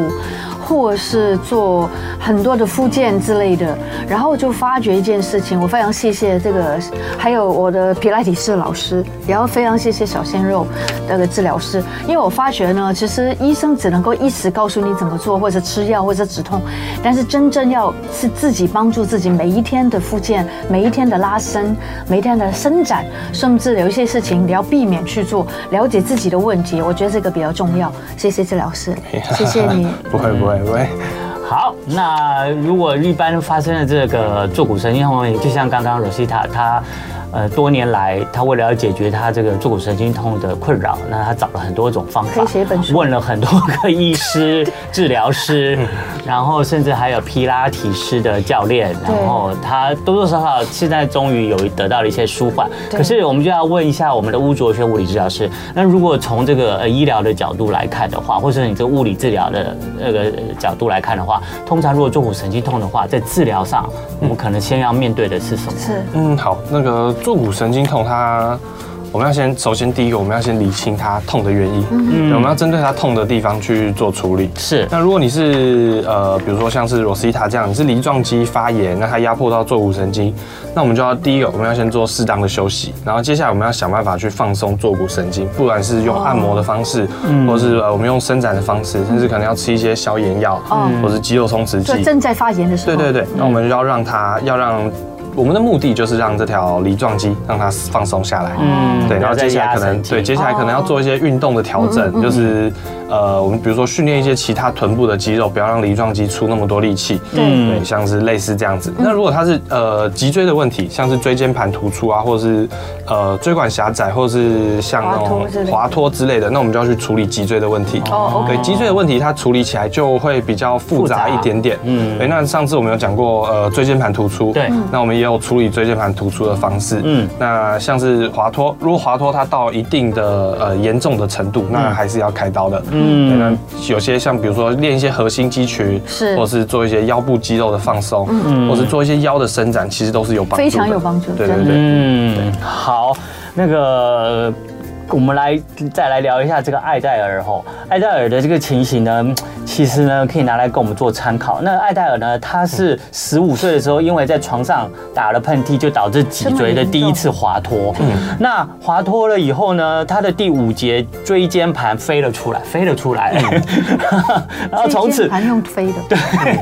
Speaker 2: 或是做很多的复健之类的，然后就发觉一件事情，我非常谢谢这个，还有我的皮拉提斯老师，也要非常谢谢小鲜肉那个治疗师，因为我发觉呢，其实医生只能够一时告诉你怎么做，或者吃药，或者止痛，但是真正要是自己帮助自己每一天的复健，每一天的拉伸，每一天的伸展，甚至有一些事情你要避免去做，了解自己的问题，我觉得这个比较重要。谢谢治疗师，谢谢你。
Speaker 4: 不会不会不会，
Speaker 3: 好，那如果一般发生了这个坐骨神经痛的问题，就像刚刚 Rosita 她。呃，多年来，她为了要解决她这个坐骨神经痛的困扰，那她找了很多种方
Speaker 2: 可
Speaker 3: 法，
Speaker 2: 以写一本书
Speaker 3: 问了很多个医师、 治疗师，然后甚至还有皮拉提师的教练，然后她多多少少现在终于有得到了一些舒缓。
Speaker 2: 对
Speaker 3: 可是我们就要问一下我们的巫卓轩物理治疗师，那如果从这个呃医疗的角度来看的话，或者你这个物理治疗的那个呃角度来看的话，通常如果坐骨神经痛的话，在治疗上，我们可能先要面对的是什么？
Speaker 2: 是
Speaker 4: 嗯，好，那个坐骨神经痛它。我们要先首先第一个，我们要先理清它痛的原因，对我们要针对它痛的地方去做处理。
Speaker 3: 是
Speaker 4: 那如果你是呃，比如说像是 Rosita 这样，你是梨状肌发炎，那它压迫到坐骨神经，那我们就要第一个，我们要先做适当的休息，然后接下来我们要想办法去放松坐骨神经，不管是用按摩的方式，或是呃我们用伸展的方式，甚至可能要吃一些消炎药，或是肌肉松弛剂
Speaker 2: 就。正在发炎的时候，
Speaker 4: 对对对，那我们要让它，要让我们的目的就是让这条梨状肌让它放松下来。
Speaker 3: 嗯
Speaker 4: 对，然后
Speaker 3: 不要再
Speaker 4: 接下来可
Speaker 3: 压
Speaker 4: 能
Speaker 3: 神经
Speaker 4: 对，接下来可能要做一些运动的调
Speaker 2: 嗯
Speaker 4: 整，就是呃，我们比如说训练一些其他臀部的肌肉，不要让梨状肌出那么多力气。
Speaker 2: 对嗯
Speaker 4: 对，像是类似这样子。那如果它是呃脊椎的问题，像是椎间盘突出啊，或者是呃椎管狭窄，或是像那
Speaker 2: 滑脱
Speaker 4: 种
Speaker 2: 之类的
Speaker 4: 滑脱之类的，那我们就要去处理脊椎的问题。
Speaker 2: 哦
Speaker 4: 对，脊椎的问题它处理起来就会比较复杂一点点。嗯，对。那上次我们有讲过呃椎间盘突出，
Speaker 3: 对嗯，
Speaker 4: 那我们也有处理椎间盘突出的方式。
Speaker 3: 嗯
Speaker 4: 嗯，那像是滑脱，如果滑脱它到一定的呃严重的程度，那还是要开刀的。嗯，对。那有些像比如说练一些核心肌群，
Speaker 2: 是嗯
Speaker 4: 或是做一些腰部肌肉的放松，或是做一些腰的伸展，其实都是有帮助
Speaker 2: 非
Speaker 4: 的，
Speaker 2: 常有帮助
Speaker 4: 对
Speaker 2: 真
Speaker 4: 对
Speaker 2: 的
Speaker 4: 对。
Speaker 3: 嗯，好，那个。我们来再来聊一下这个艾戴尔吼，艾戴尔的这个情形呢，嗯其实呢可以拿来给我们做参考。那艾戴尔呢，他是十五岁的时候，因为在床上打了喷嚏，就导致脊椎的第一次滑脱。嗯那滑脱了以后呢，他的第五节椎间盘飞了出来，飞了出来， 然后啊从此
Speaker 2: 还用飞的，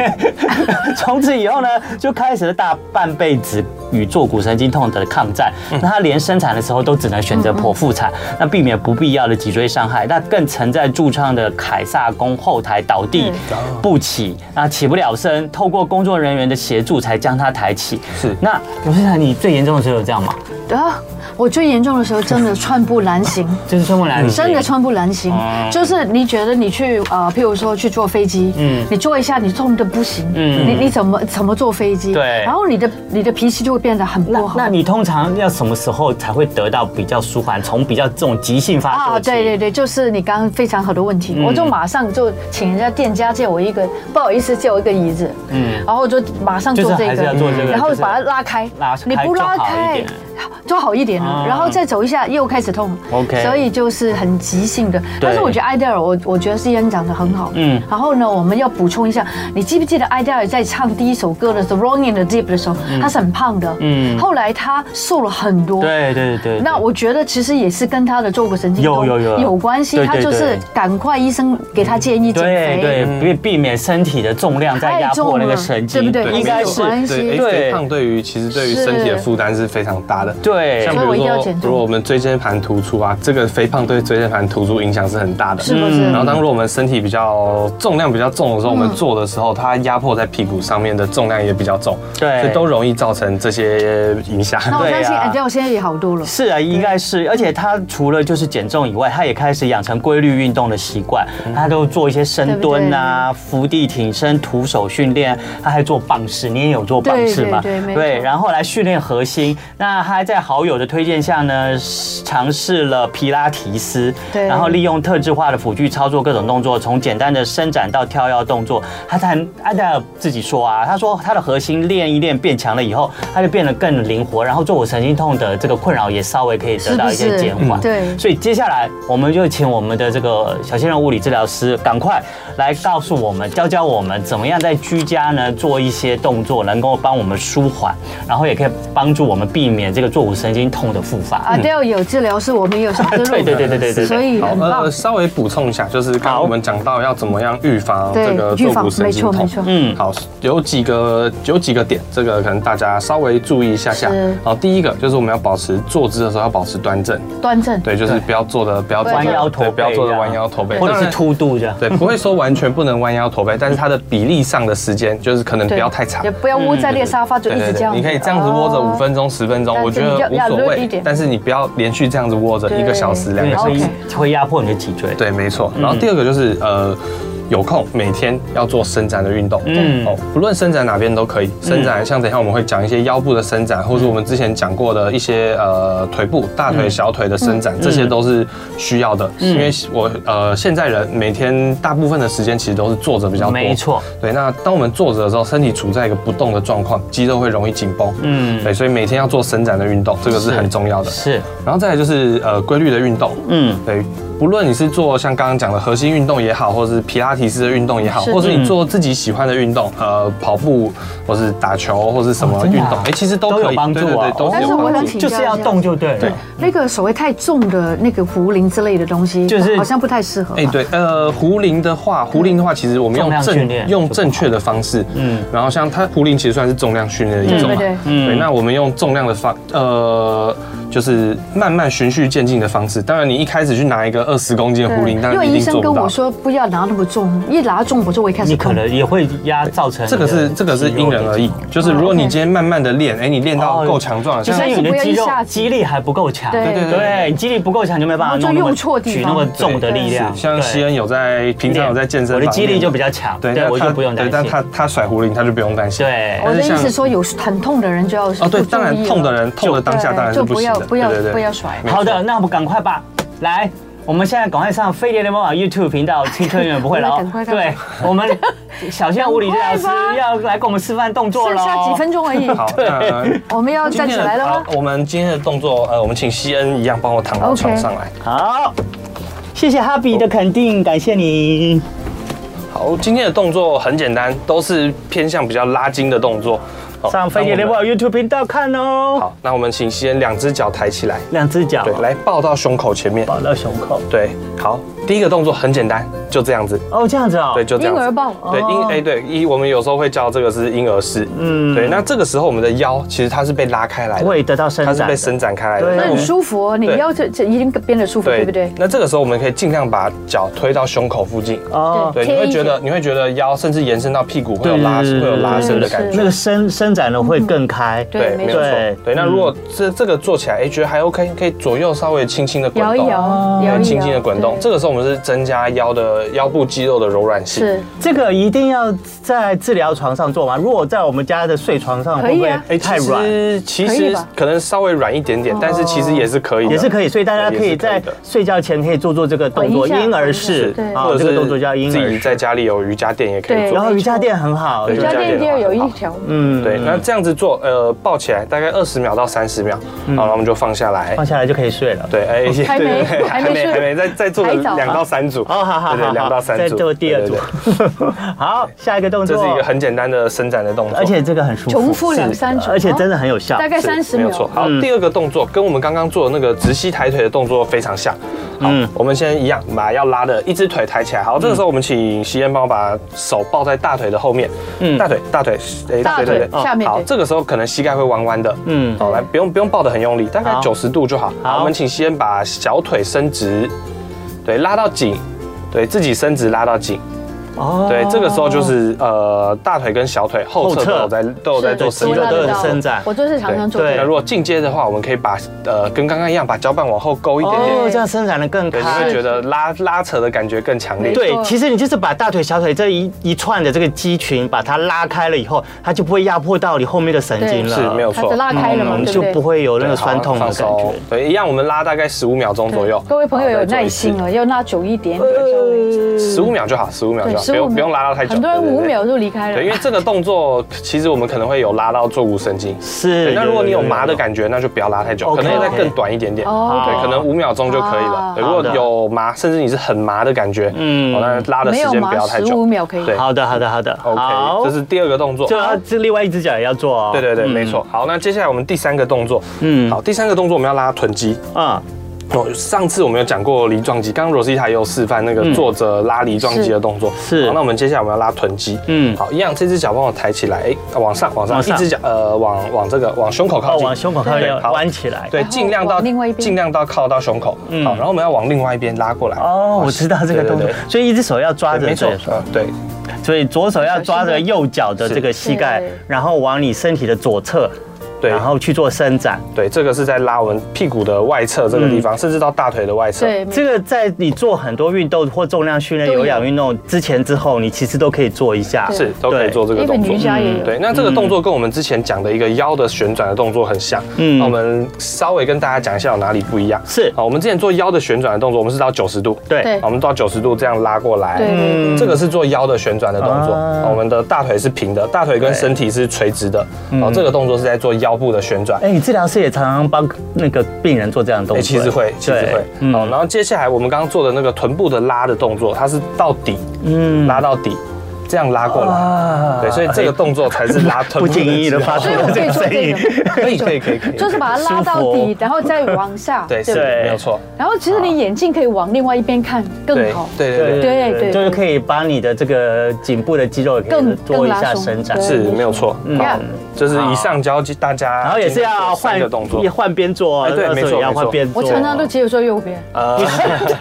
Speaker 3: 从此以后呢，就开始了大半辈子与坐骨神经痛的抗战。那他连生产的时候都只能选择剖腹产，那避免不必要的脊椎伤害。那更曾在驻唱的凯撒宫后台倒地不起，那起不了身，透过工作人员的协助才将他抬起。
Speaker 4: 是
Speaker 3: 那刘先生，你最严重的时候有这样吗？
Speaker 2: 对啊，我最严重的时候真的寸步难行。
Speaker 3: 就是哦胸部来
Speaker 2: 真的寸步难行，就是你觉得你去呃，譬如说去坐飞机，嗯，你坐一下你痛的不行，嗯，你你怎么怎么坐飞机？
Speaker 3: 对
Speaker 2: 然后你的你的脾气就会变得很
Speaker 3: 那
Speaker 2: 不好。
Speaker 3: 那你通常要什么时候才会得到比较舒缓？从比较这种急性发作嗯
Speaker 2: 啊，
Speaker 3: 起
Speaker 2: 对对对，就是你刚刚非常好的问题，我就马上就请人家店家借我一个，不好意思借我一个椅子，嗯，然后就马上做
Speaker 3: 就是
Speaker 2: 这
Speaker 3: 还
Speaker 2: 个
Speaker 3: 是
Speaker 2: 嗯
Speaker 3: 要做这，个
Speaker 2: 然后
Speaker 3: 就是
Speaker 2: 把它拉开
Speaker 3: 拉开，
Speaker 2: 你不
Speaker 3: 就
Speaker 2: 拉
Speaker 3: 好一
Speaker 2: 开
Speaker 3: 点啊
Speaker 2: 就好一点了，然后再走一下又开始痛
Speaker 3: OK
Speaker 2: 所以就是很急性的。但是我觉得艾黛尔，我我觉得是演讲的很好，嗯
Speaker 3: 嗯，
Speaker 2: 然后呢，我们要补充一下，你记不记得艾黛尔在唱第一首歌的时候《Wrong in the Deep》的时候，她是很胖的，嗯，后来她瘦了很多，
Speaker 3: 对对对对。
Speaker 2: 那我觉得其实也是跟他的坐骨神经
Speaker 3: 有
Speaker 2: 痛
Speaker 3: 有有
Speaker 2: 有关系，
Speaker 3: 对
Speaker 2: 他
Speaker 3: 对
Speaker 2: 就是
Speaker 3: 对
Speaker 2: 赶快医生给他建议减
Speaker 3: 对
Speaker 2: 肥。嗯
Speaker 3: 对，避避免身体的重量在压迫那个神经，
Speaker 2: 太重了对不对
Speaker 3: 应该是
Speaker 2: 没关系
Speaker 4: 对，哎
Speaker 3: 对
Speaker 4: 肥胖对于其实对于身体的负担是非常大的。
Speaker 3: 对
Speaker 4: 像
Speaker 2: 所
Speaker 4: 比
Speaker 2: 以我
Speaker 4: 哎如
Speaker 2: 一定要
Speaker 4: 说
Speaker 2: 减，重
Speaker 4: 如果我们椎间盘突出啊，这个肥胖对椎间盘突出影响是很大的。嗯
Speaker 2: 是不是嗯
Speaker 4: 然后，当如果我们身体比较重量比较重的时候，我们做的时候，它压迫在屁股上面的重量也比较重，
Speaker 3: 对
Speaker 4: 所以都容易造成这些影响。
Speaker 2: 那我相信
Speaker 3: 对啊
Speaker 2: Adele 现在也好多了。
Speaker 3: 是啊，应该是，而且他除了就是减重以外，他也开始养成规律运动的习惯，
Speaker 2: 嗯
Speaker 3: 他都做一些深蹲啊、伏地挺身、徒手训练，他还做棒式，你也有做棒式嘛？
Speaker 2: 对对对没错
Speaker 3: 然后来训练核心。那他还在好友的推荐下呢，尝试了皮拉提斯，
Speaker 2: 对
Speaker 3: 然后利用特制化的辅具操作各种动作，从简单的伸展到跳跃动作。他谈安德尔自己说啊，他说他的核心练一练变强了以后，他就变得更灵活，然后坐骨神经痛的这个困扰也稍微可以得到一
Speaker 2: 是不
Speaker 3: 些
Speaker 2: 是
Speaker 3: 减缓。
Speaker 2: 嗯对
Speaker 3: 所以接下来我们就请我们的这个小鲜肉物理治疗师赶快来告诉我们，教教我们怎么样在居家呢做一些动作，能够帮我们舒缓，然后也可以帮助我们避免这个坐骨神经痛的复发。
Speaker 2: Adele 有治疗师，我们也有什么
Speaker 3: 对对对对对对
Speaker 2: 所以啊很棒
Speaker 4: 呃，。稍微补充一下，就是刚刚
Speaker 3: 好
Speaker 4: 我们讲到要怎么样预防这个
Speaker 2: 对预
Speaker 4: 坐
Speaker 2: 防
Speaker 4: 骨神经
Speaker 2: 没
Speaker 4: 痛
Speaker 2: 错没错。
Speaker 4: 嗯，好，有几个有几个点，这个可能大家稍微注意一下下
Speaker 2: 是。
Speaker 4: 好，第一个就是我们要保持坐姿的时候要保持端正，
Speaker 2: 端正，
Speaker 4: 对，就是不要坐的不要坐得
Speaker 3: 弯腰驼
Speaker 4: 对
Speaker 3: 背，啊
Speaker 4: 不要坐的弯腰驼背，
Speaker 3: 或者
Speaker 4: 当
Speaker 3: 是
Speaker 4: 然
Speaker 3: 凸肚这样。
Speaker 4: 对，不会说完全不能弯腰驼背，但是它的比例上的 时间就是可能不要太长
Speaker 2: 也。不要窝在那个沙发就
Speaker 4: 对
Speaker 2: 一直
Speaker 4: 对
Speaker 2: 这
Speaker 4: 对，
Speaker 2: 样。
Speaker 4: 你可以这样子窝着五
Speaker 2: 哦。
Speaker 4: 分钟、十分钟，
Speaker 2: 但是
Speaker 4: 我觉
Speaker 2: 你
Speaker 4: 得
Speaker 2: 要
Speaker 4: 无
Speaker 2: 要
Speaker 4: 所
Speaker 2: 热一
Speaker 4: 谓
Speaker 2: 点。
Speaker 4: 但是你不要连续这样子窝着一个小时、两
Speaker 3: 对，
Speaker 4: 个小
Speaker 3: 所
Speaker 4: 时
Speaker 3: 以。
Speaker 2: OK
Speaker 3: 会压迫你的脊椎。
Speaker 4: 对，没错。然后第二个就是呃，有空每天要做伸展的运动。
Speaker 3: 嗯
Speaker 4: 哦，不论伸展哪边都可以，伸展像等一下我们会讲一些腰部的伸
Speaker 3: 嗯
Speaker 4: 展，或是我们之前讲过的一些呃腿部、大腿、小腿的伸
Speaker 3: 嗯
Speaker 4: 展，这些都是需要的。因为我呃现在人每天大部分的时间其实都是坐着比较多，
Speaker 3: 没错。
Speaker 4: 对，那当我们坐着的时候，身体处在一个不动的状况，肌肉会容易紧绷。
Speaker 3: 嗯
Speaker 4: 对，所以每天要做伸展的运动，这个是
Speaker 3: 是
Speaker 4: 很重要的。
Speaker 3: 是，
Speaker 4: 然后再来就是呃规律的运动，
Speaker 3: 嗯，
Speaker 4: 对，不论你是做像刚刚讲的核心运动也好，或是皮拉提斯的运动也好，
Speaker 2: 是
Speaker 4: 或是你做自己喜欢的运动，呃，跑步，或是打球，或是什么
Speaker 3: 哦真
Speaker 4: 运
Speaker 3: 的啊
Speaker 4: 动，哎、其实都
Speaker 3: 都
Speaker 4: 可以
Speaker 3: 有帮助
Speaker 4: 对对
Speaker 3: 啊
Speaker 4: 对，都
Speaker 2: 但
Speaker 4: 是
Speaker 2: 是
Speaker 4: 有
Speaker 2: 我
Speaker 4: 帮
Speaker 2: 能
Speaker 4: 助。
Speaker 2: 请教
Speaker 3: 就
Speaker 2: 一下
Speaker 3: 是要动就对了。
Speaker 4: 对
Speaker 2: 那个所谓太重的那个茯苓之类的东西，
Speaker 3: 就是
Speaker 2: 好像不太适合吧。
Speaker 4: 哎、对，呃，壶铃的话，壶铃的话，其实我们
Speaker 3: 重
Speaker 4: 用
Speaker 3: 量训练
Speaker 4: 正
Speaker 3: 就不
Speaker 4: 用
Speaker 3: 好
Speaker 4: 正确的方式，
Speaker 3: 嗯
Speaker 4: 嗯，然后像它壶铃其实算是重量训练的一种嘛，啊
Speaker 2: 嗯对对
Speaker 3: 嗯
Speaker 4: 对，那我们用重量的方，呃，就是慢慢循序渐进的方式。当然，你一开始去拿一个二十公斤的壶铃，当
Speaker 2: 因
Speaker 4: 然
Speaker 2: 为医
Speaker 4: 一定
Speaker 2: 生
Speaker 4: 做
Speaker 2: 跟
Speaker 4: 不
Speaker 2: 我
Speaker 4: 到。
Speaker 2: 说不要拿那么重，一拿重我就会开始
Speaker 3: 你可
Speaker 2: 痛。
Speaker 3: 能也会压造成
Speaker 4: 这个是
Speaker 3: 你的
Speaker 4: 这个是
Speaker 3: 肌肉哦
Speaker 4: 因人
Speaker 3: 的
Speaker 4: 而异，就是如果你今天慢慢的练，哎，你练到
Speaker 3: 哦
Speaker 4: 够强壮了，
Speaker 3: 就
Speaker 4: 像
Speaker 3: 是因为你的肌
Speaker 2: 但是不要一
Speaker 3: 肉
Speaker 2: 下子
Speaker 3: 肌力还不够强，
Speaker 2: 对对
Speaker 4: 对对
Speaker 3: 对，你肌力不够强就没办法
Speaker 2: 然后
Speaker 3: 弄
Speaker 2: 就
Speaker 3: 那么
Speaker 2: 用错地
Speaker 3: 举那
Speaker 2: 方
Speaker 3: 么重的
Speaker 4: 对
Speaker 3: 力量。
Speaker 4: 是像
Speaker 3: 对
Speaker 4: 西恩有在平常有在健身
Speaker 3: 我
Speaker 4: 房
Speaker 3: 的
Speaker 4: 练，
Speaker 3: 肌力就比较强，
Speaker 4: 对，
Speaker 3: 对
Speaker 4: 那
Speaker 3: 我
Speaker 4: 他
Speaker 3: 就不用
Speaker 4: 对
Speaker 3: 担
Speaker 4: 但
Speaker 3: 心。
Speaker 4: 他他甩壶铃他就不用担心。
Speaker 3: 对，
Speaker 2: 我的哦意
Speaker 4: 但是
Speaker 2: 思
Speaker 4: 像
Speaker 2: 说，有很痛的人就要
Speaker 4: 哦，对，
Speaker 2: 不注
Speaker 4: 当然
Speaker 2: 意
Speaker 4: 痛的
Speaker 2: 了
Speaker 4: 人痛的当下当然是
Speaker 2: 就
Speaker 4: 不
Speaker 2: 不
Speaker 4: 行
Speaker 2: 要
Speaker 4: 的，
Speaker 2: 不要
Speaker 4: 对对对
Speaker 2: 不要甩。
Speaker 4: 没错
Speaker 3: 好的，那我们赶快吧，来。我们现在赶快上飞碟联盟网 YouTube 频道《青春永远 不会
Speaker 2: 赶》
Speaker 3: 老
Speaker 2: 快，赶快
Speaker 3: 对我们小象物理治疗
Speaker 2: 赶
Speaker 3: 师
Speaker 2: 快吧
Speaker 3: 要来跟我们示范动作
Speaker 2: 剩
Speaker 3: 了，
Speaker 2: 下几分钟而已，
Speaker 4: 好，那
Speaker 2: 我们要站起来了吗？
Speaker 4: 好我们今天的动作，呃，我们请西恩一样帮我躺到
Speaker 2: OK
Speaker 4: 床上来。
Speaker 3: 好，谢谢哈比的肯定，感谢你。
Speaker 4: 好，今天的动作很简单，都是偏向比较拉筋的动作。好
Speaker 3: 上飞碟联
Speaker 4: 那
Speaker 3: 盟
Speaker 4: 我们
Speaker 3: 网 YouTube 频道看哦。
Speaker 4: 好，那我们请西恩两只脚抬起来，
Speaker 3: 两只脚
Speaker 4: 对，来抱到胸口前面。
Speaker 3: 抱到胸口。
Speaker 4: 对，好，第一个动作很简单，就这样子。
Speaker 3: 哦，这样子哦。
Speaker 4: 对，就这样子。
Speaker 2: 婴儿抱
Speaker 4: 对，婴
Speaker 3: 哦
Speaker 4: 哎、对，一我们有时候会叫这个是婴儿式。
Speaker 3: 嗯
Speaker 4: 嗯，对，那这个时候我们的腰其实它是被拉开来的，
Speaker 3: 会得到伸
Speaker 4: 它
Speaker 3: 展的。
Speaker 4: 是被伸展开来
Speaker 3: 对啊
Speaker 4: 的。
Speaker 2: 那
Speaker 4: 那我
Speaker 2: 很
Speaker 4: 们
Speaker 2: 舒服哦，你
Speaker 4: 对
Speaker 2: 腰这这已经变得舒服，对不对？
Speaker 4: 那这个时候我们可以尽量把脚推到胸口附近。
Speaker 3: 哦。
Speaker 4: 对，你
Speaker 2: 贴
Speaker 4: 会
Speaker 2: 一
Speaker 4: 觉
Speaker 2: 些
Speaker 4: 得你会觉得腰甚至延伸到屁股会有拉会
Speaker 3: 对
Speaker 4: 有拉伸的感
Speaker 2: 对
Speaker 4: 觉
Speaker 3: 那。个伸伸展了会更开。
Speaker 2: 嗯对没
Speaker 4: 没
Speaker 2: 错
Speaker 4: 有错。
Speaker 3: 对
Speaker 4: 对，那如果这这个做起来，哎，觉得还 OK，可以左右稍微轻轻的滚
Speaker 2: 摇
Speaker 4: 动，
Speaker 2: 一摇，摇一摇，
Speaker 4: 对，轻轻的滚动。
Speaker 2: 对
Speaker 4: 这个时候我们是增加腰的腰部肌肉的柔软性。
Speaker 2: 是
Speaker 3: 这个一定要在治疗床上做吗？如果在我们家的睡床上，
Speaker 2: 可
Speaker 3: 会
Speaker 2: 以
Speaker 3: 不
Speaker 2: 啊
Speaker 3: 会哎太软？
Speaker 4: 哎其嗯
Speaker 2: 可以
Speaker 4: 实
Speaker 2: 吧哦
Speaker 4: 可能稍微软一点点，但是其实也是可以的，
Speaker 3: 也是可以，所以大家可以在
Speaker 4: 对也是可以的
Speaker 3: 睡觉前可以做做这个动作，
Speaker 2: 滚一下
Speaker 3: 婴儿式
Speaker 2: 滚一下对
Speaker 3: 啊，这个动作叫婴
Speaker 4: 自
Speaker 3: 儿
Speaker 4: 己
Speaker 3: 式。
Speaker 4: 在家里有瑜伽垫也可以
Speaker 2: 对
Speaker 4: 做
Speaker 3: 然。后瑜伽垫很好，
Speaker 4: 对
Speaker 2: 瑜
Speaker 3: 对
Speaker 2: 伽
Speaker 4: 瑜伽
Speaker 2: 垫
Speaker 4: 垫
Speaker 2: 第二有
Speaker 4: 好
Speaker 2: 一
Speaker 4: 好
Speaker 2: 条，
Speaker 3: 嗯
Speaker 4: 对，那这样子做，呃，抱起来大概二十秒到三十秒，
Speaker 3: 嗯
Speaker 4: 好，然后我们就放下来
Speaker 3: 放。下来就可以睡了。
Speaker 4: 对，哎，对
Speaker 2: 哦还没
Speaker 4: 对对
Speaker 2: 还没
Speaker 4: 还没，
Speaker 2: 睡
Speaker 4: 还没，再再做个
Speaker 2: 还早啊
Speaker 4: 两到三组。
Speaker 3: 哦，好好好，
Speaker 4: 对对，两到
Speaker 3: 再
Speaker 4: 三组。
Speaker 3: 做第二组
Speaker 4: 对对对。
Speaker 3: 好，下一个动
Speaker 4: 这
Speaker 3: 作，
Speaker 4: 是一个很简单的伸展的动作，
Speaker 3: 而且这个很舒服，
Speaker 2: 重复两三组
Speaker 3: 是而且真的很有效。
Speaker 2: 大概
Speaker 4: 是
Speaker 2: 三十
Speaker 4: 没
Speaker 2: 秒
Speaker 4: 有。错。好，
Speaker 3: 嗯
Speaker 4: 第二个动作跟我们刚刚做的那个直膝抬腿的动作非常像。好，
Speaker 3: 嗯
Speaker 4: 我们先一样，把要拉的一只腿抬起来。好，这个时候我们请西恩帮我把手抱在大腿的后面，
Speaker 3: 嗯
Speaker 4: 大腿大腿，哎
Speaker 2: 大腿下面
Speaker 4: 好，
Speaker 2: 对
Speaker 4: 这个时候可能膝盖会弯弯的，
Speaker 3: 嗯
Speaker 4: 嗯，好，来，不用不用抱得很用力，大概
Speaker 3: 好
Speaker 4: 九十度就好。
Speaker 3: 好
Speaker 4: 好，我们请西恩把小腿伸直，对，拉到紧，对自己伸直拉到紧。
Speaker 3: 哦
Speaker 4: 对，这个时候就是呃，大腿跟小腿后
Speaker 3: 后侧
Speaker 4: 侧都有在都有在
Speaker 2: 是
Speaker 4: 做
Speaker 3: 肌
Speaker 4: 伸
Speaker 2: 我
Speaker 3: 肉
Speaker 4: 展
Speaker 2: 拉
Speaker 3: 都
Speaker 2: 得
Speaker 3: 有
Speaker 2: 到
Speaker 3: 伸展
Speaker 2: 我就是常常做
Speaker 3: 对
Speaker 2: 这
Speaker 4: 那
Speaker 2: 个。
Speaker 4: 如果进阶的话，我们可以把呃跟刚刚一样，把脚板往后勾一点点，
Speaker 3: 哦，这样伸展的更
Speaker 4: 对，你
Speaker 3: 开
Speaker 4: 会。觉得拉拉扯的感觉更强烈。
Speaker 2: 没
Speaker 3: 对，
Speaker 2: 错
Speaker 3: 其实你就是把大腿、小腿这一一串的这个肌群，把它拉开了以后，它就不会压迫到你后面的神经了，
Speaker 4: 是没有
Speaker 2: 它只
Speaker 4: 错，
Speaker 2: 拉开了嘛，
Speaker 3: 啊嗯
Speaker 2: 对
Speaker 3: 就
Speaker 2: 不对
Speaker 3: 不？会有那
Speaker 4: 对
Speaker 3: 个酸痛的感。
Speaker 4: 好
Speaker 3: 觉
Speaker 4: 放松。对，一样，我们拉大概十五秒钟左右。
Speaker 2: 各位朋友有耐心哦，要拉久一点，
Speaker 4: 十五秒就好，十五秒就好，不用不用拉到太久。
Speaker 2: 很多人
Speaker 4: 对对
Speaker 2: 五
Speaker 4: 对
Speaker 2: 秒就离开
Speaker 4: 对，因
Speaker 2: 了
Speaker 4: 为。这个动作其实我们可能会有拉到坐骨神经。
Speaker 3: 是
Speaker 4: 对，，那如果你有麻的感觉，那就不要拉太久，
Speaker 3: OK，
Speaker 4: 可能要再
Speaker 3: OK
Speaker 4: 更短一点点。
Speaker 2: 哦
Speaker 4: 对，可能五秒钟就可以
Speaker 2: 啊
Speaker 4: 了。对，如
Speaker 3: 好
Speaker 4: 果
Speaker 3: 的
Speaker 4: 有麻，甚至你是很麻的感觉，
Speaker 3: 嗯
Speaker 4: 嗯，那拉的
Speaker 2: 没
Speaker 4: 时
Speaker 2: 有
Speaker 4: 间
Speaker 2: 吗
Speaker 4: 不要？太
Speaker 2: 十
Speaker 4: 久
Speaker 2: 五。秒可以。
Speaker 4: 对
Speaker 3: 好的，好的，好的，好
Speaker 4: OK，这是第二个动作。
Speaker 3: 就要这另外一只脚也要做哦。
Speaker 4: 对对对，
Speaker 3: 嗯
Speaker 4: 没错。。好，那接下来我们第三个动作，
Speaker 3: 嗯
Speaker 4: 嗯，好，第三个动作我们要拉臀肌。
Speaker 3: 啊，
Speaker 4: 哦，上次我们有讲过梨状肌，刚刚 Rosita 也有示范那个坐着拉梨状肌的动作。
Speaker 3: 嗯是
Speaker 4: 好，那我们接下来我们要拉臀肌。
Speaker 3: 嗯
Speaker 4: 嗯，好，一样，这只脚帮我抬起来，哎，往上，往上，
Speaker 3: 往上
Speaker 4: 一只脚，呃，往往这个往胸口靠
Speaker 3: 哦，
Speaker 4: 近，
Speaker 3: 往胸口靠
Speaker 4: 对
Speaker 3: 要
Speaker 4: 好
Speaker 3: 弯起来。
Speaker 4: 对，
Speaker 2: 然后
Speaker 4: 尽量到
Speaker 2: 往另外一边
Speaker 4: 尽量到靠到胸口。
Speaker 3: 嗯
Speaker 4: 好，然后我们要往另外一边拉过来。
Speaker 3: 哦，我知道这个
Speaker 4: 对对
Speaker 3: 动作
Speaker 4: 对，
Speaker 3: 所以一只手要抓
Speaker 4: 对
Speaker 3: 着
Speaker 4: 没
Speaker 3: 这
Speaker 4: 错
Speaker 3: 个，
Speaker 4: 嗯对，
Speaker 3: 所以左手要抓着右脚的这个膝盖
Speaker 2: 是，
Speaker 3: 然后往你身体的左侧
Speaker 4: 对
Speaker 3: 然后去做伸展。
Speaker 4: 对，这个是在拉我们屁股的外侧这个地
Speaker 3: 嗯
Speaker 4: 方，甚至到大腿的外侧。
Speaker 2: 对，
Speaker 3: 这个在你做很多运动或重量训练、
Speaker 2: 都有
Speaker 3: 有氧运动之前之后，你其实都可以做一下。
Speaker 4: 是都可以
Speaker 3: 对
Speaker 4: 做这
Speaker 2: 嗯
Speaker 4: 个
Speaker 2: 因为
Speaker 4: 动作嗯
Speaker 2: 瑜。伽也有。
Speaker 4: 对，那这个动作跟我们之前讲的一个腰的旋转的动作很像。
Speaker 3: 嗯
Speaker 4: 嗯，那我们稍微跟大家讲一下有哪里不一样。
Speaker 3: 是
Speaker 4: 好，我们之前做腰的旋转的动作，我们是到九十度。
Speaker 3: 对
Speaker 2: 对
Speaker 4: 好我们到九十度这样拉过来。
Speaker 2: 对对对
Speaker 3: 嗯
Speaker 4: 这个是做腰的旋转的动作，
Speaker 3: 啊
Speaker 4: 好我们的大腿是平的，大腿跟身体是垂直的。
Speaker 3: 嗯
Speaker 4: 哦，这个动作是在做腰部的旋转。
Speaker 3: 哎，你治疗师也常常帮那个病人做这样的动
Speaker 4: 哎，
Speaker 3: 作，
Speaker 4: 其实会，其实
Speaker 3: 对嗯
Speaker 4: 会。好，然后接下来我们刚刚做的那个臀部的拉的动作，它是到底，
Speaker 3: 嗯
Speaker 4: 拉到底，这样拉过来。
Speaker 3: 啊
Speaker 4: 对，所以这个动作才是拉臀
Speaker 3: 不
Speaker 4: 部的
Speaker 3: 经意的
Speaker 4: 肌肉
Speaker 3: 发出
Speaker 2: 所以我
Speaker 3: 了
Speaker 2: 可
Speaker 3: 这
Speaker 2: 以
Speaker 3: 个
Speaker 2: 做
Speaker 3: 声
Speaker 2: 这
Speaker 3: 音。
Speaker 2: 个，
Speaker 4: 可以可以可以可 以，
Speaker 2: 就是把它拉到
Speaker 3: 舒
Speaker 2: 底
Speaker 3: 服，
Speaker 2: 然后再往下，
Speaker 4: 对，是
Speaker 2: 不
Speaker 3: 对
Speaker 4: 没有错，
Speaker 2: 然后其实你眼镜可以往另外一边看更
Speaker 4: 对
Speaker 2: 好，
Speaker 4: 对对对，
Speaker 2: 对对
Speaker 3: 就是可以把你的这个颈部的肌肉也可以
Speaker 2: 更
Speaker 3: 做
Speaker 2: 更
Speaker 3: 一
Speaker 2: 拉
Speaker 3: 下
Speaker 2: 松
Speaker 3: 伸展，
Speaker 2: 对
Speaker 4: 是没有错，
Speaker 3: 嗯
Speaker 2: 呀
Speaker 4: 就是以上交际大家，
Speaker 3: 然后也是要
Speaker 4: 换
Speaker 3: 换
Speaker 4: 个动作
Speaker 3: 也，换边做哦，
Speaker 4: 哎
Speaker 3: 那
Speaker 4: 对
Speaker 3: 时候
Speaker 4: 没错
Speaker 3: 也要
Speaker 4: 没错
Speaker 3: 换边做。
Speaker 2: 我常常都只有说右边，
Speaker 4: 呃，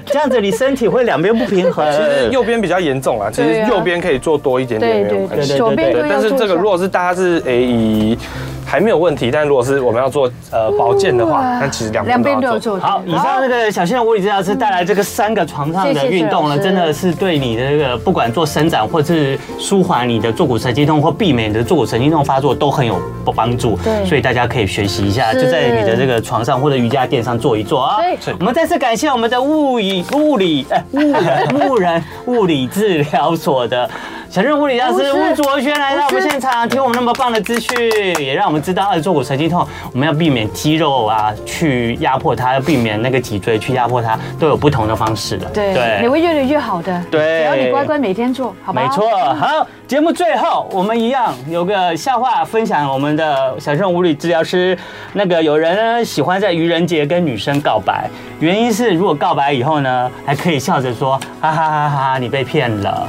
Speaker 3: 这样子，你身体会两边不平衡。
Speaker 4: 其实右边比较严重啦，其
Speaker 2: 对
Speaker 4: 实
Speaker 2: 啊
Speaker 4: 右边可以做多一点点，
Speaker 2: 对
Speaker 4: 没有
Speaker 2: 对
Speaker 4: 关
Speaker 2: 对，
Speaker 4: 系。
Speaker 2: 左边都
Speaker 4: 对，但
Speaker 2: 要
Speaker 4: 是
Speaker 2: 做
Speaker 4: 这个
Speaker 2: 一
Speaker 4: 如
Speaker 2: 下。
Speaker 4: 果是大家是诶以还没有问题，但如果是我们要做呃保健的话，
Speaker 2: 哇
Speaker 4: 那其实两
Speaker 2: 两
Speaker 4: 边
Speaker 2: 边都
Speaker 4: 都要
Speaker 2: 要
Speaker 4: 做。
Speaker 2: 做。
Speaker 3: 好，以上那个小新的物理治疗师带来这个三个床上的运动
Speaker 2: 谢谢谢老
Speaker 3: 呢，
Speaker 2: 师
Speaker 3: 真的是对你的这个不管做伸展或是舒缓你的坐骨神经痛或避免你的坐骨神经痛发作都很有帮助。
Speaker 2: 对
Speaker 3: 所以大家可以学习一下，
Speaker 2: 是
Speaker 3: 就在你的这个床上或者瑜伽垫上坐一坐啊
Speaker 2: 对。
Speaker 3: 我们再次感谢我们的物理物理哎物人 物人物理治疗所的。小任物理治疗师
Speaker 2: 不是
Speaker 3: 吴卓轩来到我
Speaker 2: 不
Speaker 3: 们
Speaker 2: 是
Speaker 3: 现场，提供我们那么棒的资讯，也让我们知道，哎，坐骨神经痛，我们要避免肌肉啊去压迫它，要避免那个脊椎去压迫它，都有不同的方式的。
Speaker 2: 对，你会越来越好的。
Speaker 3: 对
Speaker 2: 只要你乖乖每天做，好吧？嗯
Speaker 3: 没错。好，节目最后我们一样有个笑话分享，我们的小郑物理治疗师。那个有人呢喜欢在愚人节跟女生告白，原因是如果告白以后呢，还可以笑着说哈哈哈哈，你被骗了。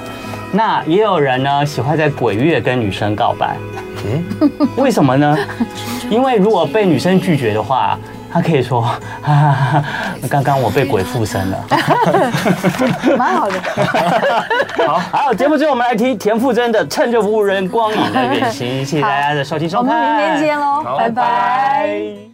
Speaker 3: 那也有人呢喜欢在鬼月跟女生告白，为什 么呢？因为如果被女生拒绝的话。他可以说，哈哈哈哈，刚刚我被鬼附身了。
Speaker 2: 蛮 好的。
Speaker 3: 好，好，节目最后我们来听田馥甄的《趁着无人光影的远行》，谢谢大家的收听收
Speaker 2: 我
Speaker 3: 看，
Speaker 2: 们明天见喽，拜拜。
Speaker 3: 拜